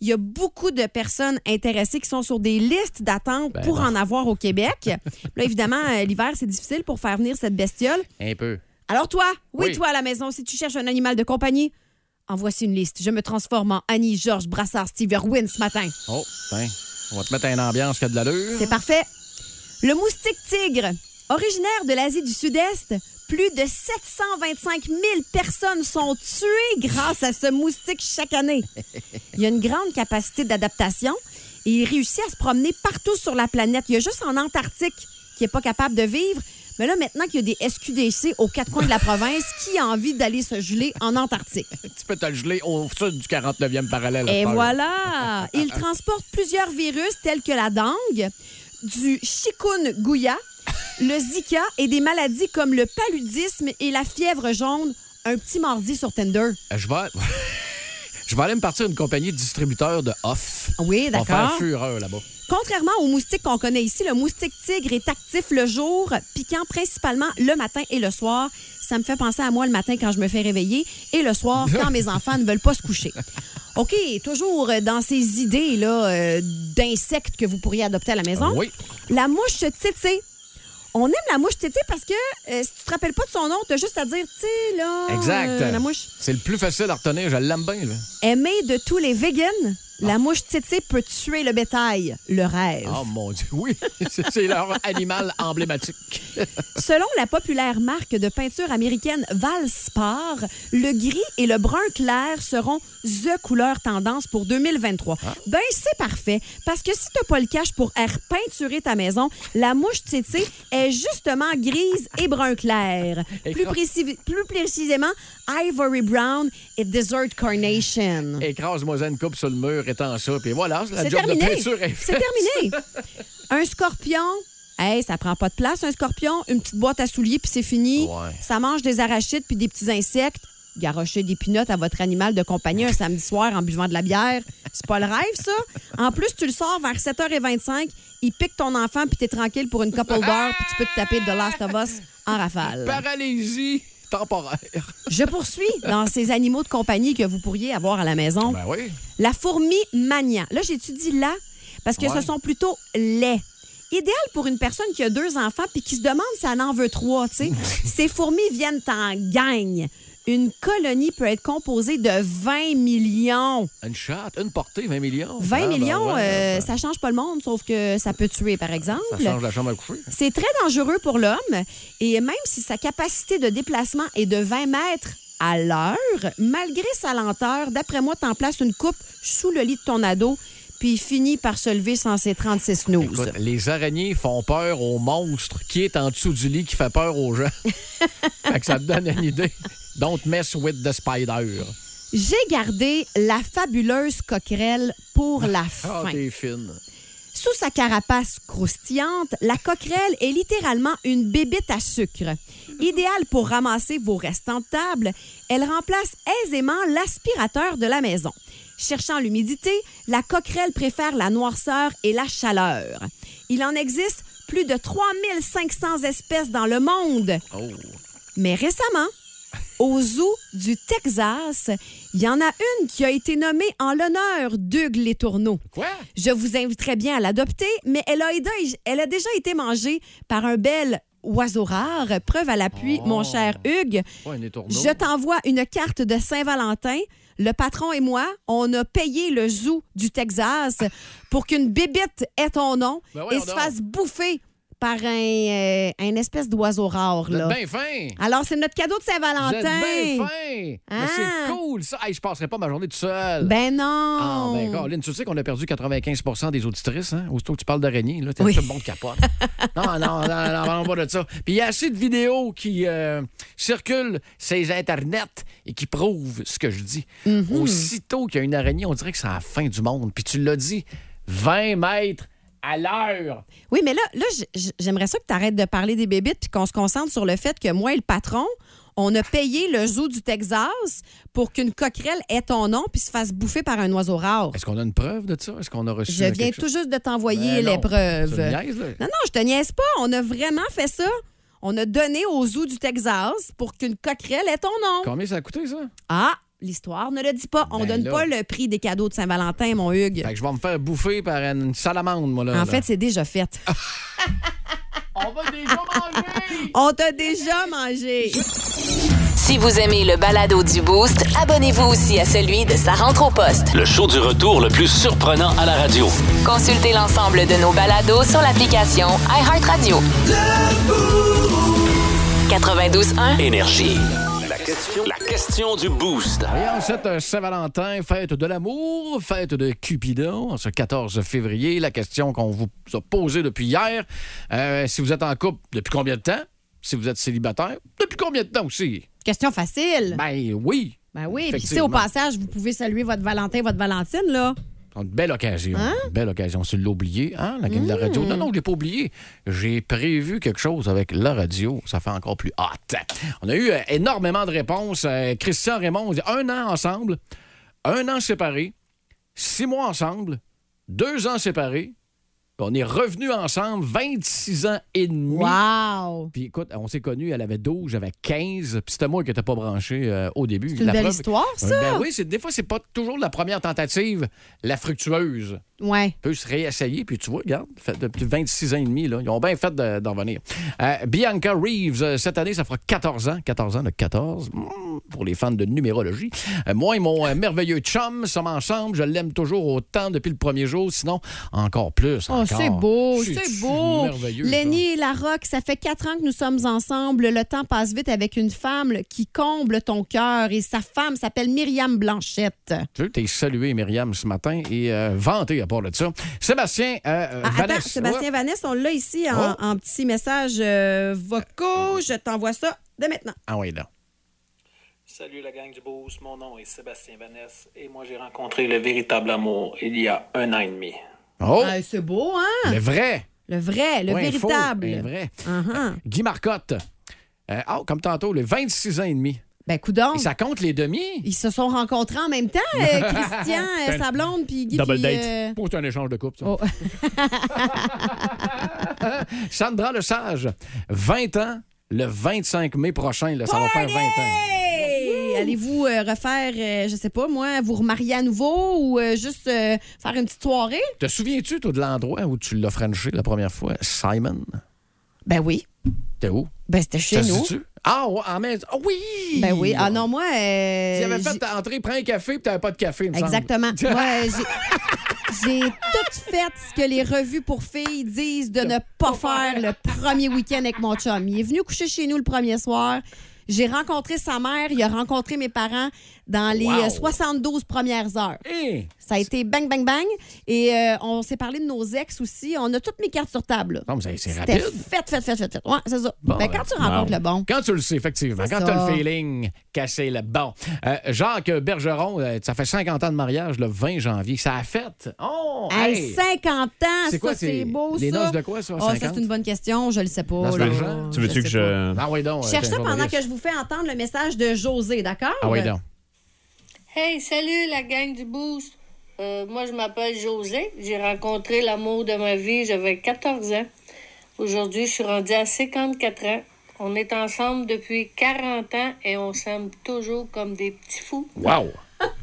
Speaker 2: il y a beaucoup de personnes intéressées qui sont sur des listes d'attente
Speaker 1: Ben
Speaker 2: pour
Speaker 1: non.
Speaker 2: en avoir au Québec. là, évidemment, euh, l'hiver, c'est difficile pour faire venir cette bestiole.
Speaker 1: Un peu.
Speaker 2: Alors toi, oui,
Speaker 1: Oui.
Speaker 2: toi à la maison, si tu cherches un animal de compagnie, en voici une liste. Je me transforme en Annie, Georges, Brassard, Steve Irwin ce matin.
Speaker 1: Oh, ben, on va te mettre une ambiance qui a de l'allure.
Speaker 2: C'est parfait. Le moustique tigre, originaire de l'Asie du Sud-Est, plus de 725 000 personnes sont tuées grâce à ce moustique chaque année. Il a une grande capacité d'adaptation et il réussit à se promener partout sur la planète. Il y a juste en Antarctique qui n'est pas capable de vivre. Mais là, maintenant qu'il y a des SQDC aux quatre coins de la province, qui a envie d'aller se geler en Antarctique?
Speaker 1: Tu peux te le geler au sud du 49e parallèle.
Speaker 2: Et
Speaker 1: Paul.
Speaker 2: voilà! Il transporte plusieurs virus tels que la dengue, du chikungunya, le Zika et des maladies comme le paludisme et la fièvre jaune. Un petit mardi sur Tinder.
Speaker 1: Je vais... Je vais aller me partir une compagnie de distributeurs de off.
Speaker 2: Oui,
Speaker 1: On va faire
Speaker 2: d'accord.
Speaker 1: fureur là-bas.
Speaker 2: Contrairement aux moustiques qu'on connaît ici, le moustique tigre est actif le jour, piquant principalement le matin et le soir. Ça me fait penser à moi le matin quand je me fais réveiller et le soir quand mes enfants ne veulent pas se coucher. OK, toujours dans ces idées là euh, d'insectes que vous pourriez adopter à la maison.
Speaker 1: Oui.
Speaker 2: La mouche tétée. On aime la mouche tétée parce que euh, si tu te rappelles pas de son nom, tu as juste à dire, tu sais, là.
Speaker 1: Exact.
Speaker 2: euh, la mouche.
Speaker 1: C'est le plus facile à retenir. Je l'aime bien, là.
Speaker 2: Aimée de tous les vegans, la mouche tétée peut tuer le bétail, le rêve.
Speaker 1: Ah. Oh mon Dieu, oui. C'est c'est leur animal emblématique.
Speaker 2: Selon la populaire marque de peinture américaine Valspar, le gris et le brun clair seront the couleur tendance pour 2023. Ben c'est parfait parce que si t'as pas le cash pour repeinturer ta maison, la mouche tsetse est justement grise et brun clair. Plus, précis- plus précisément, ivory brown et desert carnation.
Speaker 1: Écrase-moi une coupe sur le mur, étends ça, puis voilà, la
Speaker 2: C'est
Speaker 1: job de
Speaker 2: terminé.
Speaker 1: peinture est
Speaker 2: C'est
Speaker 1: faite.
Speaker 2: terminé. Un scorpion, Hey, ça prend pas de place, un scorpion, une petite boîte à souliers, puis c'est fini.
Speaker 1: Ouais.
Speaker 2: Ça mange des arachides puis des petits insectes. Garochez des pinottes à votre animal de compagnie un samedi soir en buvant de la bière. C'est pas le rêve, ça? En plus, tu le sors vers 7h25, il pique ton enfant, puis t'es tranquille pour une couple d'heures, puis tu peux te taper The Last of Us en rafale.
Speaker 1: Paralysie temporaire.
Speaker 2: Je poursuis dans ces animaux de compagnie que vous pourriez avoir à la maison.
Speaker 1: Ben oui.
Speaker 2: La fourmi mania. Là, j'étudie là parce que
Speaker 1: Ouais.
Speaker 2: ce sont plutôt les. Idéal pour une personne qui a deux enfants puis qui se demande si elle en veut trois, tu sais. Ces fourmis viennent en gang. Une colonie peut être composée de 20 millions.
Speaker 1: Une chatte, une portée, 20 millions.
Speaker 2: 20
Speaker 1: Ah, ben
Speaker 2: millions,
Speaker 1: ouais,
Speaker 2: euh,
Speaker 1: ça,
Speaker 2: ça change pas le monde, sauf que ça peut tuer, par exemple.
Speaker 1: ça change la chambre à coucher.
Speaker 2: C'est très dangereux pour l'homme et même si sa capacité de déplacement est de 20 mètres à l'heure, malgré sa lenteur, d'après moi, t'en places une coupe sous le lit de ton ado puis il finit par se lever sans ses 36 news.
Speaker 1: Écoute, les araignées font peur au monstre qui est en dessous du lit qui fait peur aux gens. fait que ça te donne une idée. Don't mess with the spider.
Speaker 2: J'ai gardé la fabuleuse coquerelle pour la
Speaker 1: Ah,
Speaker 2: fin.
Speaker 1: t'es fine.
Speaker 2: Sous sa carapace croustillante, la coquerelle est littéralement une bébite à sucre. Idéale pour ramasser vos restants de table, elle remplace aisément l'aspirateur de la maison. Cherchant l'humidité, la coquerelle préfère la noirceur et la chaleur. Il en existe plus de 3500 espèces dans le monde.
Speaker 1: Oh.
Speaker 2: Mais récemment, au zoo du Texas, il y en a une qui a été nommée en l'honneur d'Hugues Les Tourneaux.
Speaker 1: Quoi?
Speaker 2: Je vous inviterais bien à l'adopter, mais elle a, aidé- elle a déjà été mangée par un bel oiseau rare. Preuve à l'appui,
Speaker 1: Oh.
Speaker 2: mon cher Hugues.
Speaker 1: Pas un étourneau.
Speaker 2: Je t'envoie une carte de Saint-Valentin. Le patron et moi, on a payé le zoo du Texas pour qu'une bébite ait ton nom
Speaker 1: Ben
Speaker 2: et
Speaker 1: voyons
Speaker 2: se
Speaker 1: donc.
Speaker 2: fasse bouffer par un, euh, un espèce d'oiseau rare.
Speaker 1: Vous êtes
Speaker 2: Là.
Speaker 1: bien fin.
Speaker 2: Alors, c'est notre cadeau de
Speaker 1: Vous êtes bien
Speaker 2: Saint-Valentin.
Speaker 1: fin.
Speaker 2: Ah.
Speaker 1: Mais c'est cool, ça. Hey, je passerai pas ma journée tout seul.
Speaker 2: Ben
Speaker 1: Ah, ben,
Speaker 2: non.
Speaker 1: Caroline, tu sais qu'on a perdu 95 des auditrices, hein? Aussitôt que tu parles d'araignée, là, t'as
Speaker 2: Oui.
Speaker 1: tout le monde capote. non, non, non, non, non, parlons pas de ça. Puis il y a assez de vidéos qui euh, circulent sur les internets et qui prouvent ce que je dis.
Speaker 2: Mm-hmm.
Speaker 1: Aussitôt qu'il y a une araignée, on dirait que c'est la fin du monde. Puis tu l'as dit, 20 mètres à l'heure.
Speaker 2: oui, mais là, là j- j- j'aimerais ça que tu arrêtes de parler des bébites puis qu'on se concentre sur le fait que moi et le patron, on a payé le zoo du Texas pour qu'une coquerelle ait ton nom puis se fasse bouffer par un oiseau rare.
Speaker 1: Est-ce qu'on a une preuve de ça? Est-ce qu'on a reçu
Speaker 2: Je viens
Speaker 1: quelque
Speaker 2: tout
Speaker 1: chose?
Speaker 2: juste de
Speaker 1: Ben
Speaker 2: t'envoyer
Speaker 1: non,
Speaker 2: l'épreuve.
Speaker 1: tu me niaises, là?
Speaker 2: Non, non, je te niaise pas. On a vraiment fait ça. On a donné au zoo du Texas pour qu'une coquerelle ait ton nom.
Speaker 1: Combien ça a coûté, ça?
Speaker 2: Ah, l'histoire ne le dit pas. On
Speaker 1: Ben
Speaker 2: donne
Speaker 1: là.
Speaker 2: pas le prix des cadeaux de Saint-Valentin, mon Hugues.
Speaker 1: Fait que je vais me faire bouffer par une salamande, moi, là. Ben là.
Speaker 2: En fait, c'est déjà fait.
Speaker 1: on va déjà manger!
Speaker 2: On t'a déjà mangé.
Speaker 3: Si vous aimez le balado du Boost, abonnez-vous aussi à celui de Sa rentre au poste.
Speaker 4: Le show du retour le plus surprenant à la radio.
Speaker 3: Consultez l'ensemble de nos balados sur l'application iHeartRadio. 92.1
Speaker 4: Énergie. La question, la question du boost.
Speaker 1: Et en cette euh, Saint-Valentin, fête de l'amour, fête de Cupidon, en ce 14 février, la question qu'on vous a posée depuis hier, euh, si vous êtes en couple, depuis combien de temps? Si vous êtes célibataire, depuis combien de temps aussi?
Speaker 2: Question facile.
Speaker 1: Ben oui,
Speaker 2: Ben oui, puis tu sais,
Speaker 1: effectivement.
Speaker 2: au passage, vous pouvez saluer votre Valentin, votre Valentine, là.
Speaker 1: C'est une belle occasion.
Speaker 2: Hein?
Speaker 1: Une belle occasion. Tu l'as oublié, hein, la gang
Speaker 2: Hmm.
Speaker 1: de la radio. Non, non, je l'ai pas oublié. J'ai prévu quelque chose avec la radio. Ça fait encore plus hot. On a eu euh, énormément de réponses. Euh, Christian Raymond, on dit un an ensemble, un an séparé, six mois ensemble, deux ans séparés. Puis On est revenus ensemble 26 ans et demi.
Speaker 2: Wow!
Speaker 1: Puis écoute, on s'est connus, elle avait 12, j'avais 15. Puis c'était moi qui n'étais pas branché euh, au début.
Speaker 2: C'est une
Speaker 1: La
Speaker 2: belle
Speaker 1: preuve-
Speaker 2: histoire, ça?
Speaker 1: Ben oui, c'est- des fois, c'est pas toujours la première tentative, la fructueuse
Speaker 2: Ouais.
Speaker 1: peut se réessayer. Puis tu vois, regarde, fait depuis 26 ans et demi, là, ils ont bien fait de- d'en venir. Euh, Bianca Reeves, euh, cette année, ça fera 14 ans. 14 ans de 14, mm, pour les fans de numérologie. Euh, moi et mon euh, merveilleux chum sommes ensemble. Je l'aime toujours autant depuis le premier jour, sinon encore plus.
Speaker 2: Oh,
Speaker 1: encore.
Speaker 2: c'est beau,
Speaker 1: C'est-tu
Speaker 2: c'est beau.
Speaker 1: merveilleux, ça?
Speaker 2: Lenny et la Rock, ça fait quatre ans que nous sommes ensemble. Le temps passe vite avec une femme qui comble ton cœur et sa femme s'appelle Myriam Blanchette.
Speaker 1: Tu veux, t'es salué, Myriam, ce matin, et euh, vanté à part de ça. Sébastien, euh, euh,
Speaker 2: Ah, attends,
Speaker 1: Vanessa.
Speaker 2: Sébastien Vanesse, on l'a ici en,
Speaker 1: Oh.
Speaker 2: en petit message euh, vocaux. Je t'envoie ça de maintenant.
Speaker 1: Ah oui, là.
Speaker 9: Salut la gang du Beauce, mon nom est Sébastien Vanesse et moi j'ai rencontré le véritable amour il y a un an et demi.
Speaker 1: Oh,
Speaker 2: Ah, c'est beau, hein?
Speaker 1: le vrai.
Speaker 2: Le vrai, le
Speaker 1: Ouais, un faux,
Speaker 2: véritable.
Speaker 1: un vrai.
Speaker 2: Uh-huh.
Speaker 1: Guy Marcotte. Euh, ah, comme tantôt, le 26 ans et demi.
Speaker 2: Ben, coudonc.
Speaker 1: Et ça compte les demi?
Speaker 2: Ils se sont rencontrés en même temps, euh, Christian, euh, sa blonde, puis Guy.
Speaker 5: Double
Speaker 2: puis,
Speaker 5: date.
Speaker 2: euh,
Speaker 1: Oh, c'est un échange de couple, ça.
Speaker 2: oh.
Speaker 1: Sandra Le Sage, 20 ans, le 25 mai prochain. là, ça va faire 20 ans.
Speaker 2: Hey! Allez-vous euh, refaire, euh, je sais pas moi, vous remarier à nouveau ou euh, juste euh, faire une petite soirée?
Speaker 1: Te souviens-tu, toi, de l'endroit où tu l'as franchi la première fois? Simon.
Speaker 2: Ben oui.
Speaker 1: T'es où?
Speaker 2: Ben c'était chez
Speaker 1: Ça se
Speaker 2: nous.
Speaker 1: situe? Ah, ouais, en même- ah oui!
Speaker 2: Ben oui. Ah non, moi. euh,
Speaker 1: Tu avais fait
Speaker 2: j'ai-
Speaker 1: ta entrée, prends un café, puis t'avais pas de café, il me semble.
Speaker 2: Exactement. Moi, j'ai. J'ai tout fait ce que les revues pour filles disent de ne pas faire le premier week-end avec mon chum. Il est venu coucher chez nous le premier soir. J'ai rencontré sa mère, il a rencontré mes parents dans les
Speaker 1: Wow.
Speaker 2: euh, 72 premières heures.
Speaker 1: Hé!
Speaker 2: Ça a été bang, bang, bang. Et euh, on s'est parlé de nos ex aussi. On a toutes mes cartes sur table. là.
Speaker 1: Non, mais c'est- c'est
Speaker 2: C'était
Speaker 1: rapide.
Speaker 2: fait, fait, fait, fait, fait. Ouais, c'est ça.
Speaker 1: Bon,
Speaker 2: Ben, quand tu rencontres le bon.
Speaker 1: Quand tu le sais, effectivement.
Speaker 2: C'est
Speaker 1: Quand tu
Speaker 2: ça.
Speaker 1: as le feeling, cassé le bon. Euh, Jacques Bergeron, euh, ça fait 50 ans de mariage le 20 janvier. Ça a fait. Oh!
Speaker 2: Hey,
Speaker 1: hey!
Speaker 2: 50 ans,
Speaker 1: C'est quoi,
Speaker 2: ça, c'est
Speaker 1: c'est
Speaker 2: beau,
Speaker 1: les
Speaker 2: ça.
Speaker 1: noces de quoi, ça,
Speaker 2: Ah,
Speaker 1: 50?
Speaker 2: ça, c'est une bonne question. Je le sais pas.
Speaker 1: Noces
Speaker 2: là.
Speaker 1: d'argent?
Speaker 5: Tu veux-tu
Speaker 2: Je
Speaker 5: que
Speaker 2: sais pas.
Speaker 5: je.
Speaker 1: Ah oui, donc.
Speaker 2: Je Cherche ça
Speaker 1: t'es un
Speaker 2: pendant que
Speaker 1: journaliste.
Speaker 2: je vous fais entendre le message de José, d'accord?
Speaker 1: Ah oui, donc.
Speaker 10: Hey, salut la gang du Boost. Euh, moi, je m'appelle José. J'ai rencontré l'amour de ma vie. J'avais 14 ans. Aujourd'hui, je suis rendue à 54 ans. On est ensemble depuis 40 ans et on s'aime toujours comme des petits fous.
Speaker 1: Wow!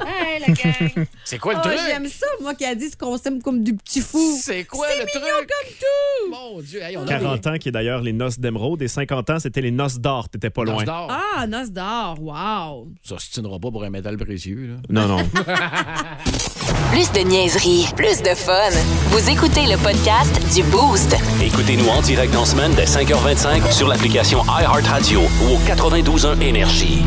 Speaker 10: Hey, la gang!
Speaker 1: C'est quoi le
Speaker 2: Oh,
Speaker 1: truc?
Speaker 2: J'aime ça, moi, qui a dit ce qu'on s'aime comme du petit fou.
Speaker 1: C'est quoi
Speaker 2: C'est
Speaker 1: le
Speaker 2: mignon
Speaker 1: truc?
Speaker 2: comme tout!
Speaker 1: Mon Dieu, hey, on a
Speaker 5: 40 ans, qui est d'ailleurs les noces d'émeraude, et 50 ans, c'était les noces d'or. T'étais pas
Speaker 1: des
Speaker 5: loin.
Speaker 1: noces d'or.
Speaker 2: Ah, noce d'or, wow!
Speaker 1: Ça s'ostinera pas pour un métal précieux. Là.
Speaker 5: Non, non.
Speaker 3: Plus de niaiserie, plus de fun. Vous écoutez le podcast du Boost.
Speaker 4: Écoutez-nous en direct dans la semaine dès 5h25 sur l'application iHeartRadio ou au 92.1 Énergie.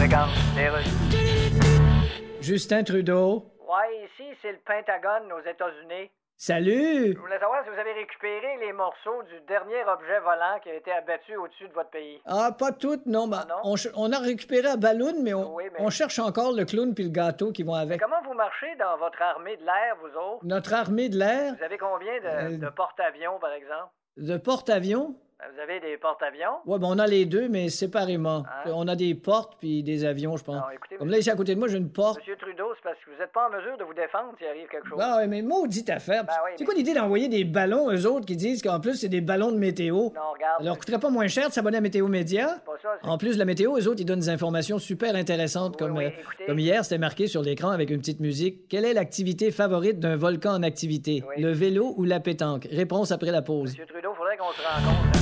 Speaker 9: Regarde, les Russes.
Speaker 6: Justin Trudeau.
Speaker 9: Ouais, ici, c'est le Pentagone aux États-Unis.
Speaker 6: Salut!
Speaker 9: Je voulais savoir si vous avez récupéré les morceaux du dernier objet volant qui a été abattu au-dessus de votre pays.
Speaker 6: Ah, pas toutes, non. mais
Speaker 9: non?
Speaker 6: On, ch- on a récupéré à Balloon, mais on,
Speaker 9: Oui, mais-
Speaker 6: on cherche encore le clown puis le gâteau qui vont avec.
Speaker 9: Comment vous marchez dans votre armée de l'air, vous autres?
Speaker 6: Notre armée de l'air,
Speaker 9: Vous avez combien de,
Speaker 6: Euh,
Speaker 9: de porte-avions, par exemple?
Speaker 6: de porte-avions.
Speaker 9: Vous avez des porte-avions?
Speaker 6: Ouais, ben on a les deux, mais séparément.
Speaker 9: Ah.
Speaker 6: On a des portes puis des avions, je pense.
Speaker 9: Non, écoutez,
Speaker 6: Comme là, ici à côté de moi, j'ai une porte.
Speaker 9: Monsieur Trudeau, c'est parce que vous n'êtes pas en mesure de vous défendre s'il arrive quelque chose.
Speaker 6: Ah ouais, mais maudite affaire.
Speaker 9: Ben oui,
Speaker 6: c'est
Speaker 9: mais-
Speaker 6: quoi l'idée d'envoyer des ballons, eux autres, qui disent qu'en plus, c'est des ballons de météo?
Speaker 9: Non, regarde.
Speaker 6: Ça leur coûterait pas moins cher de s'abonner à Météo Média?
Speaker 9: Pas ça, c'est-
Speaker 6: En plus, la météo, eux autres, ils donnent des informations super intéressantes,
Speaker 9: Oui,
Speaker 6: comme,
Speaker 9: oui,
Speaker 6: euh,
Speaker 9: écoutez.
Speaker 6: comme hier, c'était marqué sur l'écran avec une petite musique. Quelle est l'activité favorite d'un volcan en activité?
Speaker 9: Oui.
Speaker 6: Le vélo ou la pétanque? Réponse après la pause.
Speaker 9: Monsieur Trudeau, faudrait qu'on se rencontre.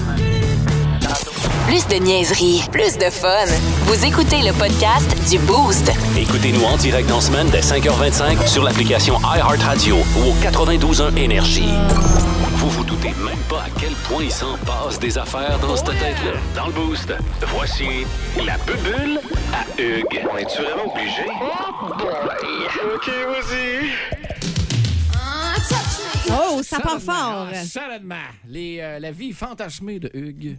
Speaker 3: Plus de niaiserie, plus de fun. Vous écoutez le podcast du Boost.
Speaker 4: Écoutez-nous en direct dans la semaine dès 5h25 sur l'application iHeartRadio ou au 92.1 Énergie. Vous vous doutez même pas à quel point il s'en passe des affaires dans cette tête-là. Dans le boost, voici la bubule à Hugues. Oh On est-tu vraiment obligé? OK, vas-y.
Speaker 2: Oh, ça part fort!
Speaker 1: Solidement, ah, Solidement. Les, euh, la vie fantasmée de Hugues.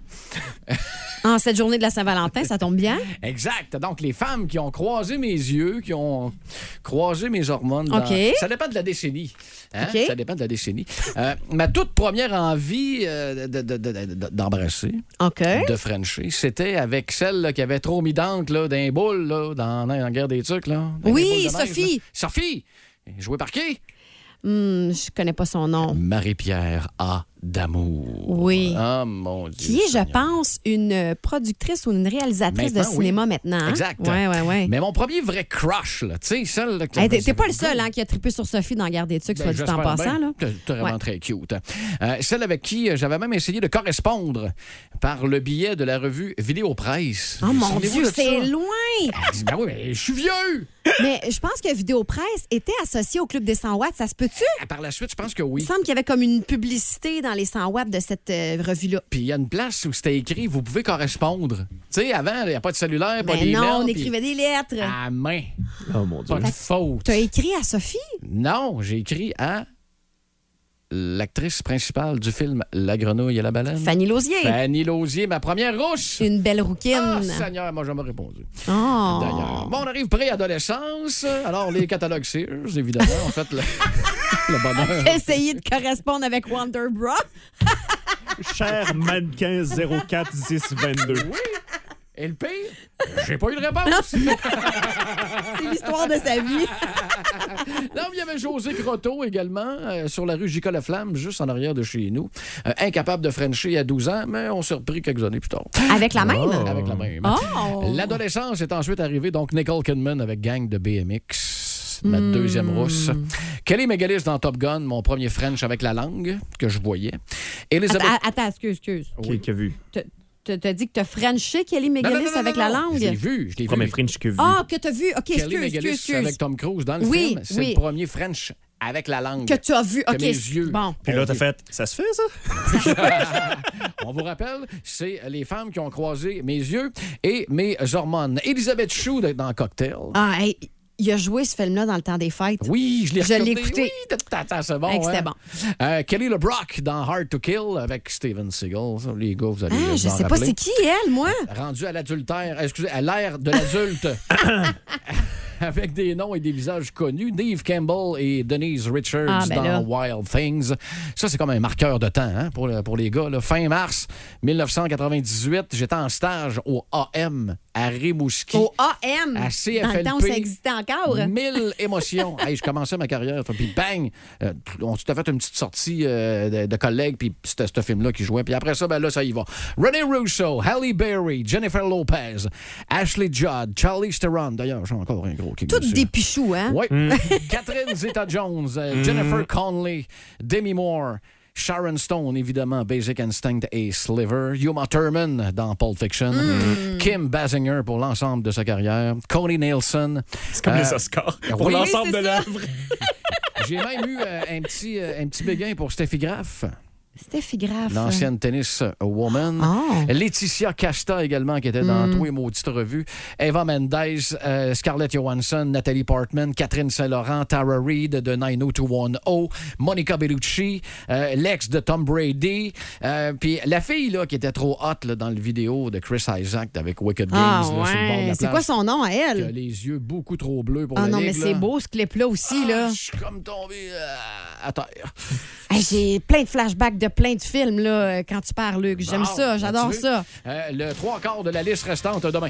Speaker 2: En cette journée de la Saint-Valentin, ça tombe bien.
Speaker 1: Exact. Donc, les femmes qui ont croisé mes yeux, qui ont croisé mes hormones. dans-
Speaker 2: OK.
Speaker 1: Ça dépend de la décennie. hein?
Speaker 2: OK.
Speaker 1: Ça dépend de la décennie. Euh, ma toute première envie euh, de- de- de- de- d'embrasser,
Speaker 2: OK.
Speaker 1: de Frencher, c'était avec celle là, qui avait trop mis d'encre là, d'un boule là, dans, dans la guerre des trucs. Là, Dans
Speaker 2: Oui,
Speaker 1: les boules de neige,
Speaker 2: Sophie.
Speaker 1: là. Sophie! Jouée par qui?
Speaker 2: Hmm, je connais pas son nom.
Speaker 1: Marie-Pierre A. D'amour.
Speaker 2: Oui.
Speaker 1: Ah, mon Dieu.
Speaker 2: Qui est,
Speaker 1: Seigneur.
Speaker 2: je pense, une productrice ou une réalisatrice de
Speaker 1: Maintenant, oui.
Speaker 2: cinéma maintenant. hein?
Speaker 1: Exact.
Speaker 2: Ouais, ouais, ouais.
Speaker 1: Mais mon premier vrai crush, là, tu sais, celle là, que
Speaker 2: Hey, t'es- T'es pas le seul hein, qui a trippé sur Sophie dans Garde des Tucs,
Speaker 1: Ben,
Speaker 2: soit dit en
Speaker 1: j'espère
Speaker 2: passant.
Speaker 1: bien.
Speaker 2: Là.
Speaker 1: T'es- t'es vraiment
Speaker 2: Ouais.
Speaker 1: très cute. Euh, celle avec qui euh, j'avais même essayé de correspondre par le billet de la revue Vidéo Presse.
Speaker 2: Oh mon
Speaker 1: Souvenez-vous
Speaker 2: Dieu,
Speaker 1: de
Speaker 2: c'est
Speaker 1: ça?
Speaker 2: loin!
Speaker 1: Elle dit, Ben oui, mais je suis vieux!
Speaker 2: Mais je pense que Vidéopresse était associée au Club des 100 watts. Ça se peut-tu?
Speaker 1: Ah, Par la suite, je pense que
Speaker 2: Il me
Speaker 1: oui.
Speaker 2: semble qu'il y avait comme une publicité dans les 100 watts de cette euh, revue-là.
Speaker 1: Puis il y a une place où c'était écrit, vous pouvez correspondre. Tu sais, avant, il n'y a pas de cellulaire, pas
Speaker 2: Mais
Speaker 1: d'email.
Speaker 2: Ben non, on
Speaker 1: puis Ah.
Speaker 2: écrivait des lettres.
Speaker 1: À main.
Speaker 5: Oh mon Dieu.
Speaker 1: Pas de faute.
Speaker 2: T'as écrit à Sophie?
Speaker 1: Non, j'ai écrit à l'actrice principale du film La grenouille et la baleine.
Speaker 2: Fanny Lausier.
Speaker 1: Fanny Lausier, ma première rousse.
Speaker 2: Une belle
Speaker 1: Ah,
Speaker 2: rouquine.
Speaker 1: Seigneur, moi, jamais répondu.
Speaker 2: Oh.
Speaker 1: D'ailleurs. Bon, on arrive pré-adolescence. Alors, les catalogues Sears, évidemment, en fait. le- Le bonheur.
Speaker 2: J'ai essayé de correspondre avec Wonder Bra.
Speaker 5: Cher mannequin 041022.
Speaker 1: Et le pire, j'ai pas eu de réponse.
Speaker 2: C'est l'histoire de sa vie.
Speaker 1: Non, mais il y avait José Grotto également euh, sur la rue J.K. Laflamme, juste en arrière de chez nous. Euh, incapable de Frencher à 12 ans, mais on s'est repris quelques années plus tard. Ah,
Speaker 2: Avec la Ah, même?
Speaker 1: Avec la même.
Speaker 2: Oh!
Speaker 1: L'adolescence est ensuite arrivée, donc Nicole Kidman avec Gang de BMX. Ma deuxième rousse. Kelly Megalis dans Top Gun, mon premier French avec la langue que je voyais. Elisabeth.
Speaker 2: Attends, attends, excuse, excuse.
Speaker 5: Qui, qui a vu?
Speaker 2: T'as- T'as t'as dit que t'as Frenché Kelly
Speaker 1: Non, non, non,
Speaker 2: Megalis
Speaker 1: non,
Speaker 2: avec
Speaker 1: non,
Speaker 2: la
Speaker 1: non. Je l'ai
Speaker 2: langue.
Speaker 1: vu, je l'ai
Speaker 5: Premier
Speaker 1: vu.
Speaker 5: Fringe que vu.
Speaker 2: Ah, que t'as vu. OK,
Speaker 1: Kelly
Speaker 2: excuse,
Speaker 1: Megalis
Speaker 2: excuse, excuse.
Speaker 1: avec Tom Cruise dans le
Speaker 2: Oui,
Speaker 1: film. C'est
Speaker 2: oui.
Speaker 1: le premier French avec la langue.
Speaker 2: Que tu as vu.
Speaker 1: Que
Speaker 2: OK.
Speaker 1: mes yeux.
Speaker 2: Bon.
Speaker 5: Puis là, t'as fait, ça se fait, ça?
Speaker 1: On vous rappelle, c'est les femmes qui ont croisé mes yeux et mes hormones. Elisabeth Chou d'être dans Cocktail.
Speaker 2: Ah, hey, il a joué ce film-là dans le temps des fêtes.
Speaker 1: Oui, je l'ai
Speaker 2: Je l'ai
Speaker 1: regardé.
Speaker 2: écouté.
Speaker 1: Oui, t- t- attends, c'est bon.
Speaker 2: Hey, c'était
Speaker 1: hein?
Speaker 2: bon.
Speaker 1: Euh, Kelly LeBrock dans Hard to Kill avec Steven Seagal. Ça, Les gars, vous allez
Speaker 2: Ah,
Speaker 1: vous
Speaker 2: je
Speaker 1: en
Speaker 2: sais pas
Speaker 1: rappeler.
Speaker 2: c'est qui, elle, moi.
Speaker 1: Rendu à l'adultère, excusez, à l'ère de l'adulte. Avec des noms et des visages connus, Dave Campbell et Denise Richards
Speaker 2: Ah, ben
Speaker 1: dans
Speaker 2: là.
Speaker 1: Wild Things. Ça, c'est comme un marqueur de temps hein, pour, le- pour les gars. là. Fin mars 1998, j'étais en stage au AM à Rimouski.
Speaker 2: Au AM.
Speaker 1: À
Speaker 2: Dans
Speaker 1: CFLP.
Speaker 2: le temps où ça existait encore.
Speaker 1: Mille émotions. Hey, je commençais ma carrière. Puis bang, euh, on s'était fait une petite sortie euh, de, de collègues. Puis c'était ce film-là qui jouait. Puis après ça, ben là, ça y va. René Russo, Halle Berry, Jennifer Lopez, Ashley Judd, Charlie Theron. D'ailleurs, j'ai encore un gros kick
Speaker 2: Toutes
Speaker 1: dessus.
Speaker 2: des pichous, hein?
Speaker 1: Oui. Catherine Zeta-Jones, euh, Jennifer Conley, Demi Moore, Sharon Stone, évidemment, Basic Instinct et Sliver, Yuma Thurman dans Pulp Fiction, Kim Basinger pour l'ensemble de sa carrière, Connie Nielsen.
Speaker 5: C'est comme
Speaker 1: Euh,
Speaker 5: les Oscars. Pour
Speaker 1: oui,
Speaker 5: l'ensemble
Speaker 2: c'est
Speaker 5: de
Speaker 2: ça.
Speaker 5: l'œuvre.
Speaker 1: J'ai même eu euh, un, petit, euh, un petit béguin pour Steffi Graff,
Speaker 2: C'était grave.
Speaker 1: l'ancienne tennis woman.
Speaker 2: Oh.
Speaker 1: Laetitia Casta également, qui était dans
Speaker 2: Hmm.
Speaker 1: tous les maudites revues. Eva Mendes, euh, Scarlett Johansson, Nathalie Portman, Catherine Saint-Laurent, Tara Reid de 90210, Monica Bellucci, euh, l'ex de Tom Brady, euh, puis la fille là, qui était trop hot là, dans le vidéo de Chris Isaac avec Wicked Games
Speaker 2: Ah,
Speaker 1: là, sur le bord de
Speaker 2: ouais.
Speaker 1: la
Speaker 2: C'est quoi
Speaker 1: plage,
Speaker 2: son nom à
Speaker 1: qui a
Speaker 2: elle?
Speaker 1: les yeux beaucoup trop bleus pour
Speaker 2: Ah
Speaker 1: la
Speaker 2: non,
Speaker 1: ligue,
Speaker 2: mais c'est
Speaker 1: là. Ah,
Speaker 2: beau ce clip-là aussi, là.
Speaker 1: Je suis comme tombé euh, à terre.
Speaker 2: Hey, J'ai plein de flashbacks de plein de films, là, euh, quand tu parles, Luc. J'aime
Speaker 1: Bon,
Speaker 2: ça, j'adore
Speaker 1: as-tu vu?
Speaker 2: ça.
Speaker 1: Euh, le trois quarts de la liste restante demain.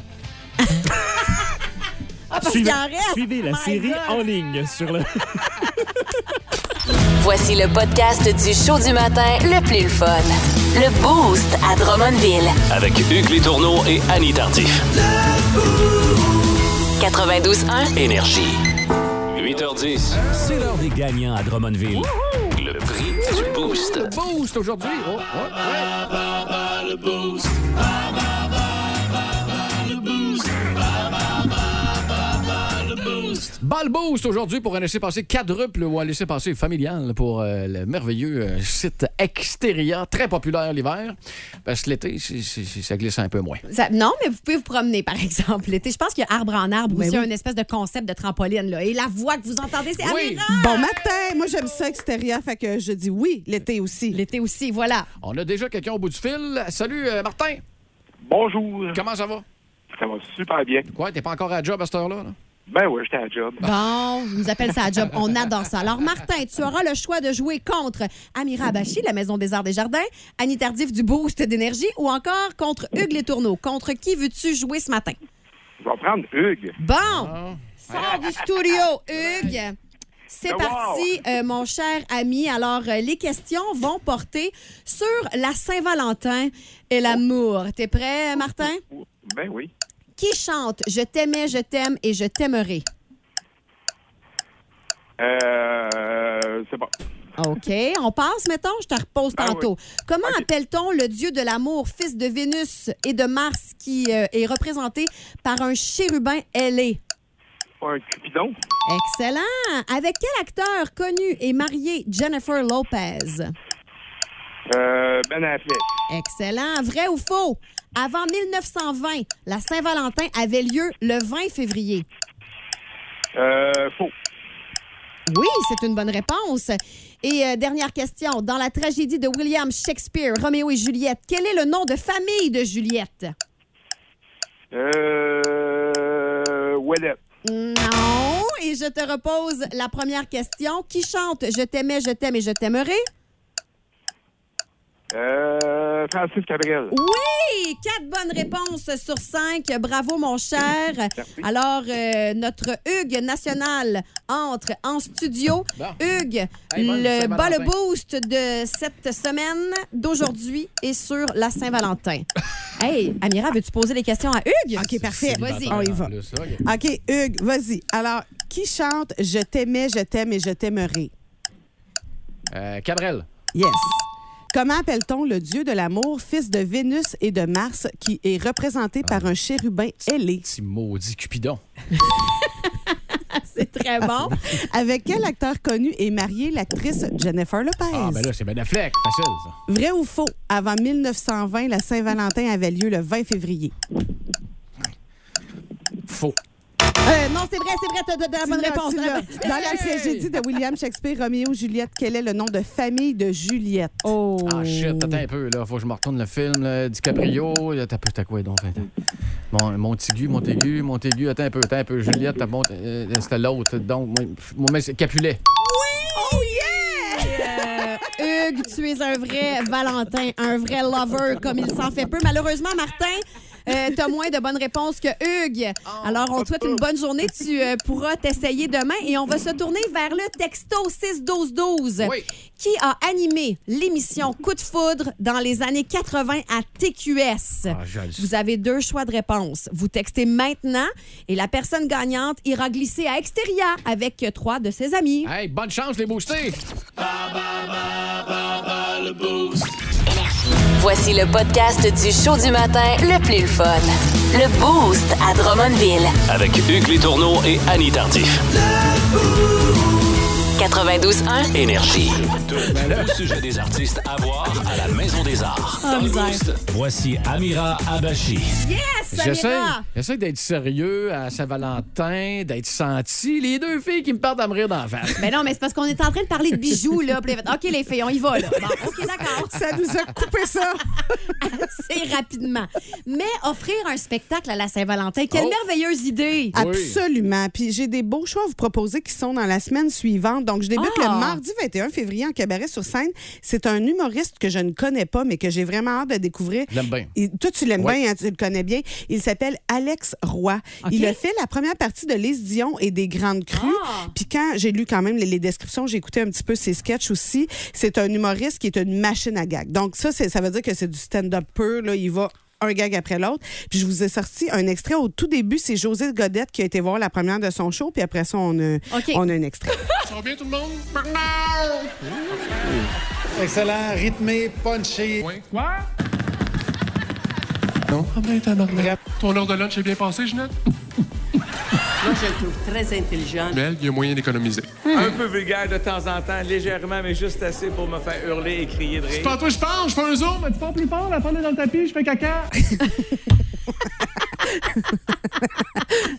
Speaker 2: Ah, parce qu'il
Speaker 5: Suivez,
Speaker 2: en reste. Oh
Speaker 5: suivez la
Speaker 2: My
Speaker 5: série
Speaker 2: God.
Speaker 5: en ligne sur le.
Speaker 3: Voici le podcast du show du matin le plus fun. Le Boost à Drummondville.
Speaker 4: Avec Hugues Létourneau et Annie Tardif.
Speaker 3: 92.1.
Speaker 4: Énergie. 8h10. C'est l'heure des gagnants à Drummondville. Le prix du boost.
Speaker 1: Boost aujourd'hui. Oh, oh,
Speaker 4: Le boost.
Speaker 1: ouais. Balle boost aujourd'hui pour un laisser passer quadruple ou un laisser passer familial pour euh, le merveilleux euh, site Exteria, très populaire l'hiver. Parce que l'été, c'est- c'est- c'est- ça glisse un peu moins.
Speaker 2: Ça- non, mais vous pouvez vous promener, par exemple, l'été. Je pense qu'il y a arbre en arbre
Speaker 11: Ben
Speaker 2: aussi,
Speaker 11: oui.
Speaker 2: un espèce de concept de trampoline. Là. Et la voix que vous entendez, c'est
Speaker 1: Oui.
Speaker 2: Amira.
Speaker 11: Bon matin! Moi, j'aime ça extérieur, fait que je dis oui l'été aussi.
Speaker 2: L'été aussi, voilà.
Speaker 1: On a déjà quelqu'un au bout du fil. Salut euh, Martin,
Speaker 8: Bonjour.
Speaker 1: comment ça va?
Speaker 8: Ça va super bien.
Speaker 1: Quoi, t'es pas encore à job à cette heure-là? là?
Speaker 8: Ben oui, j'étais à la job.
Speaker 2: Bon, ils nous appelle ça à job. On adore ça. Alors, Martin, tu auras le choix de jouer contre Amira Abachi, la Maison des Arts des Jardins, Annie Tardif du Boost d'énergie ou encore contre Hugues Les Tourneaux. Contre qui veux-tu jouer ce matin?
Speaker 8: Je vais prendre Hugues. Ah.
Speaker 2: Bon, sors du studio, Hugues. C'est
Speaker 8: Wow.
Speaker 2: parti, euh, mon cher ami. Alors, euh, les questions vont porter sur la Saint-Valentin et l'amour. T'es prêt, Martin?
Speaker 8: Ben oui.
Speaker 2: Qui chante Je t'aimais, je t'aime et je t'aimerai?
Speaker 8: Euh, c'est bon.
Speaker 2: OK. On passe, mettons, je te repose
Speaker 8: Ah oui.
Speaker 2: tantôt. Comment appelle-t-on le dieu de l'amour, fils de Vénus et de Mars, qui euh, est représenté par un chérubin ailé?
Speaker 8: Un cupidon.
Speaker 2: Excellent! Avec quel acteur connu et marié Jennifer Lopez?
Speaker 8: Euh, ben Affleck.
Speaker 2: Excellent. Vrai ou faux? Avant 1920, la Saint-Valentin avait lieu le 20 février.
Speaker 8: Euh, faux.
Speaker 2: Oui, c'est une bonne réponse. Et euh, dernière question. Dans la tragédie de William Shakespeare, Roméo et Juliette, quel est le nom de famille de Juliette?
Speaker 8: Euh, Ouellet.
Speaker 2: Non. Et et je te repose la première question. Qui chante Je t'aimais, je t'aime et je t'aimerai?
Speaker 8: Euh, Francis Cabrel.
Speaker 2: Oui! Quatre bonnes réponses sur cinq. Bravo, mon cher. Alors, euh, notre Hugues National entre en studio. Hugues,
Speaker 1: Hey, bonne
Speaker 2: le
Speaker 1: Saint-Valentin.
Speaker 2: bas le boost de cette semaine, d'aujourd'hui, est sur la Saint-Valentin. hey, Amira, veux-tu poser les questions à Hugues?
Speaker 6: OK, parfait.
Speaker 2: Vas-y.
Speaker 6: On y va.
Speaker 1: OK.
Speaker 6: OK, Hugues, vas-y. Alors, qui chante Je t'aimais, je t'aime et je t'aimerai?
Speaker 1: Euh, Cabrel.
Speaker 6: Yes. Comment appelle-t-on le dieu de l'amour, fils de Vénus et de Mars, qui est représenté par un chérubin ailé?
Speaker 1: Petit maudit Cupidon.
Speaker 2: C'est très bon.
Speaker 6: Avec quel acteur connu est mariée l'actrice Jennifer Lopez?
Speaker 1: Ah, ben là, c'est Ben Affleck. Facile, ça.
Speaker 6: Vrai ou faux? Avant 1920, la Saint-Valentin avait lieu le 20 février.
Speaker 1: Faux.
Speaker 2: Euh, non, c'est vrai, c'est vrai, t'as t'as- t'as la bonne
Speaker 6: Tu l'as,
Speaker 2: réponse.
Speaker 6: tu
Speaker 2: t'as la
Speaker 6: l'as.
Speaker 2: bonne-
Speaker 6: Dans la tragédie de William Shakespeare, Roméo et Juliette, quel est le nom de famille de Juliette?
Speaker 2: Oh!
Speaker 1: Ah, shit, attends un peu, là. Faut que je me retourne le film, là. DiCaprio. là, T'as t'as quoi, donc? attends. Mon, Montaigu, Montaigu, Montaigu. Attends un peu, attends un peu. Juliette, t'as bon. euh, C'était l'autre. Donc, moi, pff, moi, mais c'est Capulet.
Speaker 2: Oh yeah! euh, Hugues, tu es un vrai Valentin, un vrai lover, comme il s'en fait peu. Malheureusement, Martin, euh, t'as moins de bonnes réponses que Hugues. Alors, on te souhaite une bonne journée. Tu euh, pourras t'essayer demain et on va se tourner vers le texto 6-12-12
Speaker 1: Oui.
Speaker 2: qui a animé l'émission Coup de foudre dans les années 80 à TQS.
Speaker 1: Ah, je le
Speaker 2: Vous avez deux choix de réponse. Vous textez maintenant et la personne gagnante ira glisser à Exteria avec euh, trois de ses amis.
Speaker 1: Hey, bonne chance, les boostés.
Speaker 3: Voici le podcast du show du matin le plus le fun. Le Boost à Drummondville.
Speaker 4: Avec Hugues Létourneau et Annie Tardif.
Speaker 3: 92.1.
Speaker 4: Énergie. Le sujet des artistes à voir à la Maison des Arts. Dans le Boost, voici Amira Abachi.
Speaker 2: Yes,
Speaker 1: J'essaie
Speaker 2: Amira!
Speaker 1: j'essaie d'être sérieux à Saint-Valentin, d'être senti. Les deux filles qui me partent à me rire d'en face.
Speaker 2: Ben non, mais c'est parce qu'on est en train de parler de bijoux, là. Puis là, OK, les filles, on y va, là. Bon, OK, d'accord.
Speaker 6: Ça nous a coupé ça!
Speaker 2: Assez rapidement. Mais offrir un spectacle à la Saint-Valentin, quelle
Speaker 1: Oh.
Speaker 2: merveilleuse idée!
Speaker 1: Ah,
Speaker 6: Absolument. Puis j'ai des beaux choix à vous proposer qui sont dans la semaine suivante. Donc, je débute
Speaker 2: Ah!
Speaker 6: le mardi 21 février en cabaret sur scène. C'est un humoriste que je ne connais pas, mais que j'ai vraiment hâte de découvrir.
Speaker 1: Je l'aime bien.
Speaker 6: Il- toi, tu l'aimes
Speaker 1: Ouais.
Speaker 6: bien, hein, tu le connais bien. Il s'appelle Alex Roy.
Speaker 2: OK.
Speaker 6: Il a fait la première partie de Lise Dion et des Grandes Crues.
Speaker 2: Ah!
Speaker 6: Puis quand j'ai lu quand même les, les descriptions, j'ai écouté un petit peu ses sketchs aussi. C'est un humoriste qui est une machine à gag. Donc ça, c'est- ça veut dire que c'est du stand-up pur. Là, il va un gag après l'autre. Puis je vous ai sorti un extrait au tout début. C'est José Godette qui a été voir la première de son show. Puis après ça, on a,
Speaker 2: OK.
Speaker 6: on a un extrait.
Speaker 12: Ça va bien tout le monde? Excellent, rythmé, punché. Oui. Quoi? Non? Ah ben tabarnak. Ton heure de lunch est bien passée, Jeannette?
Speaker 13: Moi, je le trouve très intelligent.
Speaker 12: Belle, il y a moyen d'économiser.
Speaker 14: Un peu vulgaire de temps en temps, légèrement, mais juste assez pour me faire hurler et crier de
Speaker 12: C'est
Speaker 14: rire.
Speaker 12: pas à toi que je parle, je fais un zoom. Mais tu parles plus fort, la pendule dans le tapis, je fais caca.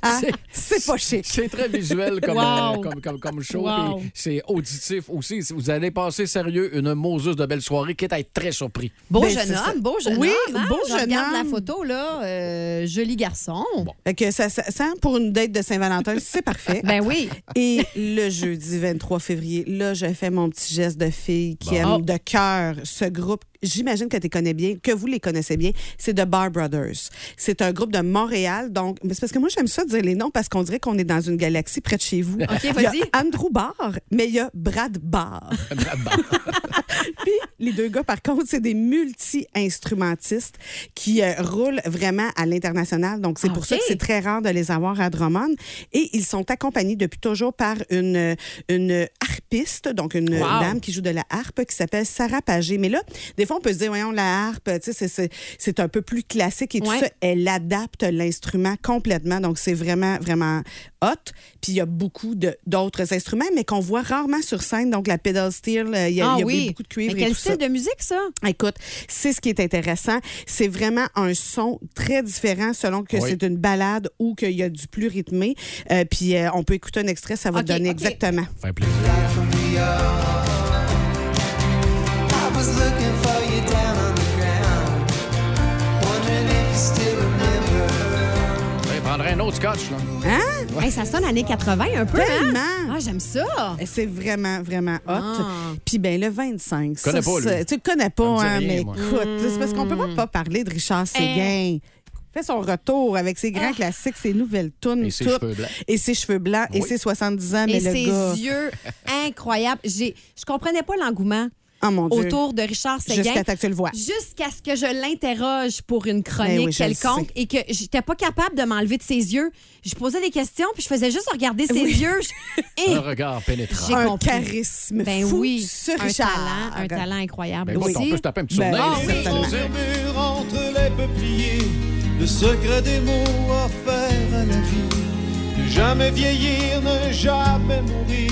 Speaker 6: Ah,
Speaker 1: C'est-
Speaker 6: c'est pas chic.
Speaker 1: C'est très visuel comme,
Speaker 2: Wow.
Speaker 1: euh, comme, comme, comme show.
Speaker 2: Wow.
Speaker 1: puis C'est auditif aussi. Vous allez passer sérieux une Moses de belle soirée qui est à être très surpris.
Speaker 2: Beau
Speaker 6: Ben,
Speaker 2: jeune
Speaker 6: c'est ça.
Speaker 2: homme, beau jeune
Speaker 6: Oui,
Speaker 2: homme. hein?
Speaker 6: beau
Speaker 2: Je
Speaker 6: jeune
Speaker 2: regarde
Speaker 6: homme.
Speaker 2: la photo, là. euh, joli garçon.
Speaker 6: Fait que ça, ça sent pour une date de Saint-Valentin, c'est parfait.
Speaker 2: Ben oui.
Speaker 6: Et le jeudi 23 février, là, je fais mon petit geste de fille qui aime de cœur ce groupe. J'imagine que tu les connais bien, que vous les connaissez bien. C'est The Bar Brothers. C'est un groupe de Montréal. Donc, mais c'est parce que moi, j'aime ça dire les noms parce qu'on dirait qu'on est dans une galaxie près de chez vous. Il y a Ah,
Speaker 2: vas-y.
Speaker 6: Andrew Barr, mais il y a Brad Barr. Puis les deux gars, par contre, c'est des multi-instrumentistes qui euh, roulent vraiment à l'international. Donc, c'est
Speaker 2: Ah,
Speaker 6: pour ça
Speaker 2: OK.
Speaker 6: que c'est très rare de les avoir à Drummond. Et ils sont accompagnés depuis toujours par une, euh, une harpiste, donc une
Speaker 2: Wow.
Speaker 6: dame qui joue de la harpe qui s'appelle Sarah Pagé. Mais là, des fois, on peut se dire, voyons, la harpe, tu sais, c'est- c'est- c'est un peu plus classique et tout
Speaker 2: Ouais.
Speaker 6: ça. Elle adapte l'instrument complètement. Donc, c'est vraiment, vraiment hot. Puis il y a beaucoup de- d'autres instruments, mais qu'on voit rarement sur scène. Donc, la pedal steel, euh, il y a, il y a beaucoup de cuivre
Speaker 2: Ah Mais
Speaker 6: et
Speaker 2: quel
Speaker 6: tout ça.
Speaker 2: style de musique, ça?
Speaker 6: Écoute, c'est ce qui est intéressant. C'est vraiment un son très différent selon que
Speaker 1: Oui.
Speaker 6: c'est une balade ou qu'il y a du plus rythmé. Euh, puis euh, on peut écouter un extrait, ça va
Speaker 2: OK,
Speaker 6: te donner
Speaker 2: OK.
Speaker 6: exactement.
Speaker 1: Fait plaisir. Je prendrais un autre scotch, là.
Speaker 2: Hein? Hey, ça sonne années 80 un peu,
Speaker 6: Tellement.
Speaker 2: hein? Ah, j'aime ça. Ah,
Speaker 6: C'est vraiment, vraiment hot. Puis ben le 25.
Speaker 1: Je connais
Speaker 6: ça,
Speaker 1: pas, lui.
Speaker 6: ça- Tu le connais
Speaker 1: Ça me
Speaker 6: pas,
Speaker 1: dit
Speaker 6: hein,
Speaker 1: rien,
Speaker 6: mais
Speaker 1: moi.
Speaker 6: écoute, c'est parce qu'on peut pas, pas parler de Richard
Speaker 2: hein?
Speaker 6: Séguin. Fait son retour avec ses grands classiques, ses nouvelles tunes.
Speaker 1: Et ses
Speaker 6: toutes.
Speaker 1: cheveux blancs.
Speaker 6: Et ses cheveux blancs, et
Speaker 1: Oui.
Speaker 6: ses 70 ans, hein, mais
Speaker 2: Et
Speaker 6: le
Speaker 2: ses
Speaker 6: gars.
Speaker 2: yeux incroyables. J'ai, je comprenais pas l'engouement
Speaker 6: Ah, mon Dieu.
Speaker 2: autour de Richard Séguin.
Speaker 6: Jusqu'à temps que tu le vois.
Speaker 2: Jusqu'à ce que je l'interroge pour une
Speaker 6: Ben
Speaker 2: chronique
Speaker 6: oui, je le
Speaker 2: quelconque
Speaker 6: sais.
Speaker 2: et que j'étais pas capable de m'enlever de ses yeux. Je posais des questions puis je faisais juste regarder ses
Speaker 6: Oui.
Speaker 2: yeux. Et
Speaker 1: Un regard pénétrant.
Speaker 2: j'ai
Speaker 6: un
Speaker 2: compris.
Speaker 6: charisme
Speaker 2: Ben
Speaker 6: fou
Speaker 2: oui,
Speaker 6: sur
Speaker 2: un
Speaker 6: Richard.
Speaker 2: talent, un talent incroyable.
Speaker 1: Ben, écoute,
Speaker 2: Aussi-
Speaker 1: on peut se taper un petit
Speaker 6: Ben,
Speaker 1: sourire.
Speaker 2: ah
Speaker 1: là,
Speaker 2: oui.
Speaker 1: certainement.
Speaker 5: murmure entre les peupliers, le secret des mots à faire à la vie. Ne jamais vieillir, ne jamais mourir,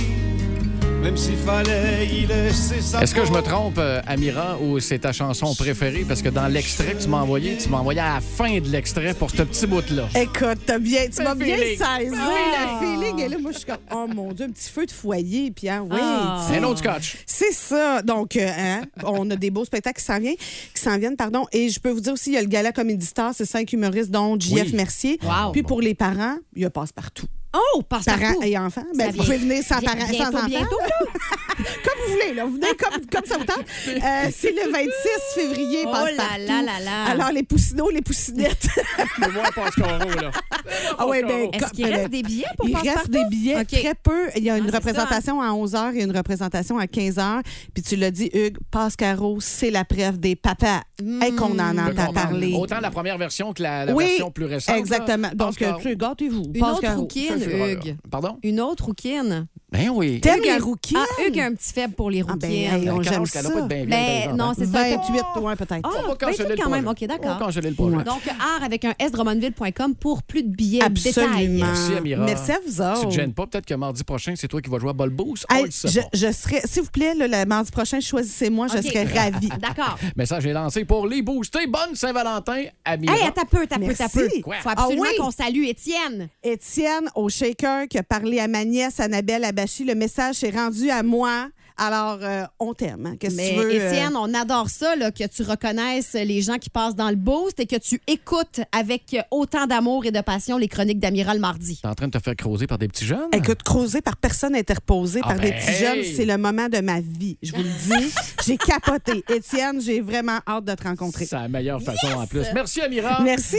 Speaker 5: même s'il fallait y laisser sa
Speaker 1: Est-ce que je me
Speaker 5: peau.
Speaker 1: trompe, euh, Amira, ou c'est ta chanson préférée? Parce que dans l'extrait que tu m'as envoyé, tu m'as envoyé à la fin de l'extrait pour ce petit bout-là.
Speaker 6: Écoute, t'as bien, tu m'as bien
Speaker 1: feeling.
Speaker 6: saisi.
Speaker 1: Ah.
Speaker 6: Le feeling est là. Moi, je suis comme, oh mon Dieu, un petit feu de foyer. Puis, hein, oui.
Speaker 1: Ah.
Speaker 6: tu sais.
Speaker 1: Un autre scotch.
Speaker 6: C'est ça. Donc, euh, hein, on a des beaux spectacles qui s'en viennent. Qui s'en viennent pardon. Et je peux vous dire aussi, il y a le Gala Comedy Star, c'est cinq humoristes, dont JF
Speaker 2: Oui.
Speaker 6: Mercier.
Speaker 2: Wow.
Speaker 6: Puis pour les parents, il y a passe-partout.
Speaker 2: Oh, passe
Speaker 6: Parents et enfants. Ben, vous pouvez venir sans parents- sans enfants. Comme vous voulez, là. Vous venez comme, comme ça vous tente. Euh, c'est le 26 février,
Speaker 2: Oh
Speaker 6: passe-partout.
Speaker 2: là là là là.
Speaker 6: Alors, les poussinots, les poussinettes.
Speaker 1: Mais moi, Pascaro, là.
Speaker 6: Ah ouais, ben,
Speaker 2: Est-ce qu'il
Speaker 6: comme-
Speaker 2: reste des billets pour
Speaker 6: Il
Speaker 2: passer
Speaker 6: reste des billets très peu. Il y a une
Speaker 2: c'est
Speaker 6: représentation à 11 h et une représentation à 15 h. Puis tu l'as dit, Hugues, Pascaro, c'est la preuve des papas. Hey, qu'on
Speaker 2: Mm.
Speaker 6: en
Speaker 1: Je peux
Speaker 6: entend
Speaker 1: comprendre.
Speaker 6: parler.
Speaker 1: Autant la première version que la, la
Speaker 6: oui,
Speaker 1: version plus récente. là.
Speaker 6: Exactement. Donc, euh,
Speaker 1: Pascaro.
Speaker 6: tu gâtez-vous.
Speaker 2: Une autre
Speaker 6: Pascaro.
Speaker 2: rouquine,
Speaker 1: Fais-le.
Speaker 2: Hugues.
Speaker 1: Pardon?
Speaker 2: Une autre rouquine.
Speaker 1: Ben oui.
Speaker 6: T'aimes
Speaker 2: Hugues a-
Speaker 6: les rouquines? ben,
Speaker 2: Ah, Hugues a un petit faible pour les rouquines.
Speaker 6: hey, on-
Speaker 1: Quel
Speaker 6: j'aime
Speaker 1: âge Ben, qu'elle a
Speaker 6: ça.
Speaker 1: pas de bien vieille,
Speaker 2: Ben,
Speaker 1: par exemple,
Speaker 2: non,
Speaker 1: hein?
Speaker 2: c'est ça.
Speaker 6: 28, ouais, peut-être.
Speaker 2: Ah,
Speaker 1: On va
Speaker 2: ben,
Speaker 1: canceller
Speaker 2: tout
Speaker 1: le
Speaker 2: quand même. OK,
Speaker 1: projet.
Speaker 2: d'accord.
Speaker 1: On va canceller le projet.
Speaker 2: Donc, art avec un S drummondville.com pour plus de billets. détails.
Speaker 6: Absolument.
Speaker 1: Merci, Amira.
Speaker 6: Merci à vous
Speaker 1: Tu
Speaker 2: Oh.
Speaker 6: autres.
Speaker 1: te gênes pas. Peut-être que mardi prochain, c'est toi qui vas jouer à Bolbous.
Speaker 6: Hey, je, je serais, s'il vous plaît, là, le mardi prochain, choisissez-moi, je
Speaker 2: OK.
Speaker 6: serais ravie.
Speaker 2: D'accord.
Speaker 1: Message est lancé pour les booster. Bonne Saint-Valentin, Amira.
Speaker 2: Hey, t'as peu, t'as peu,
Speaker 6: Merci.
Speaker 2: t'as peu. Faut
Speaker 6: Quoi?
Speaker 2: absolument
Speaker 6: Ah oui?
Speaker 2: qu'on salue Étienne.
Speaker 6: Étienne au shaker qui a parlé à ma nièce Annabelle Abachi. Le message s'est rendu à moi. Alors, euh, on t'aime. hein. Qu'est-ce que
Speaker 2: Mais
Speaker 6: tu veux? euh,
Speaker 2: Étienne, on adore ça, là, que tu reconnaisses les gens qui passent dans le boost et que tu écoutes avec autant d'amour et de passion les chroniques d'Amiral mardi.
Speaker 1: T'es en train de te faire croiser par des petits jeunes?
Speaker 6: Écoute, creusé par personne interposée,
Speaker 1: Ah
Speaker 6: par des
Speaker 1: ben,
Speaker 6: petits
Speaker 1: hey!
Speaker 6: jeunes, c'est le moment de ma vie. Je vous le dis, j'ai capoté. Étienne, j'ai vraiment hâte de te rencontrer.
Speaker 1: C'est la meilleure façon en plus. Merci, Amira.
Speaker 6: Merci.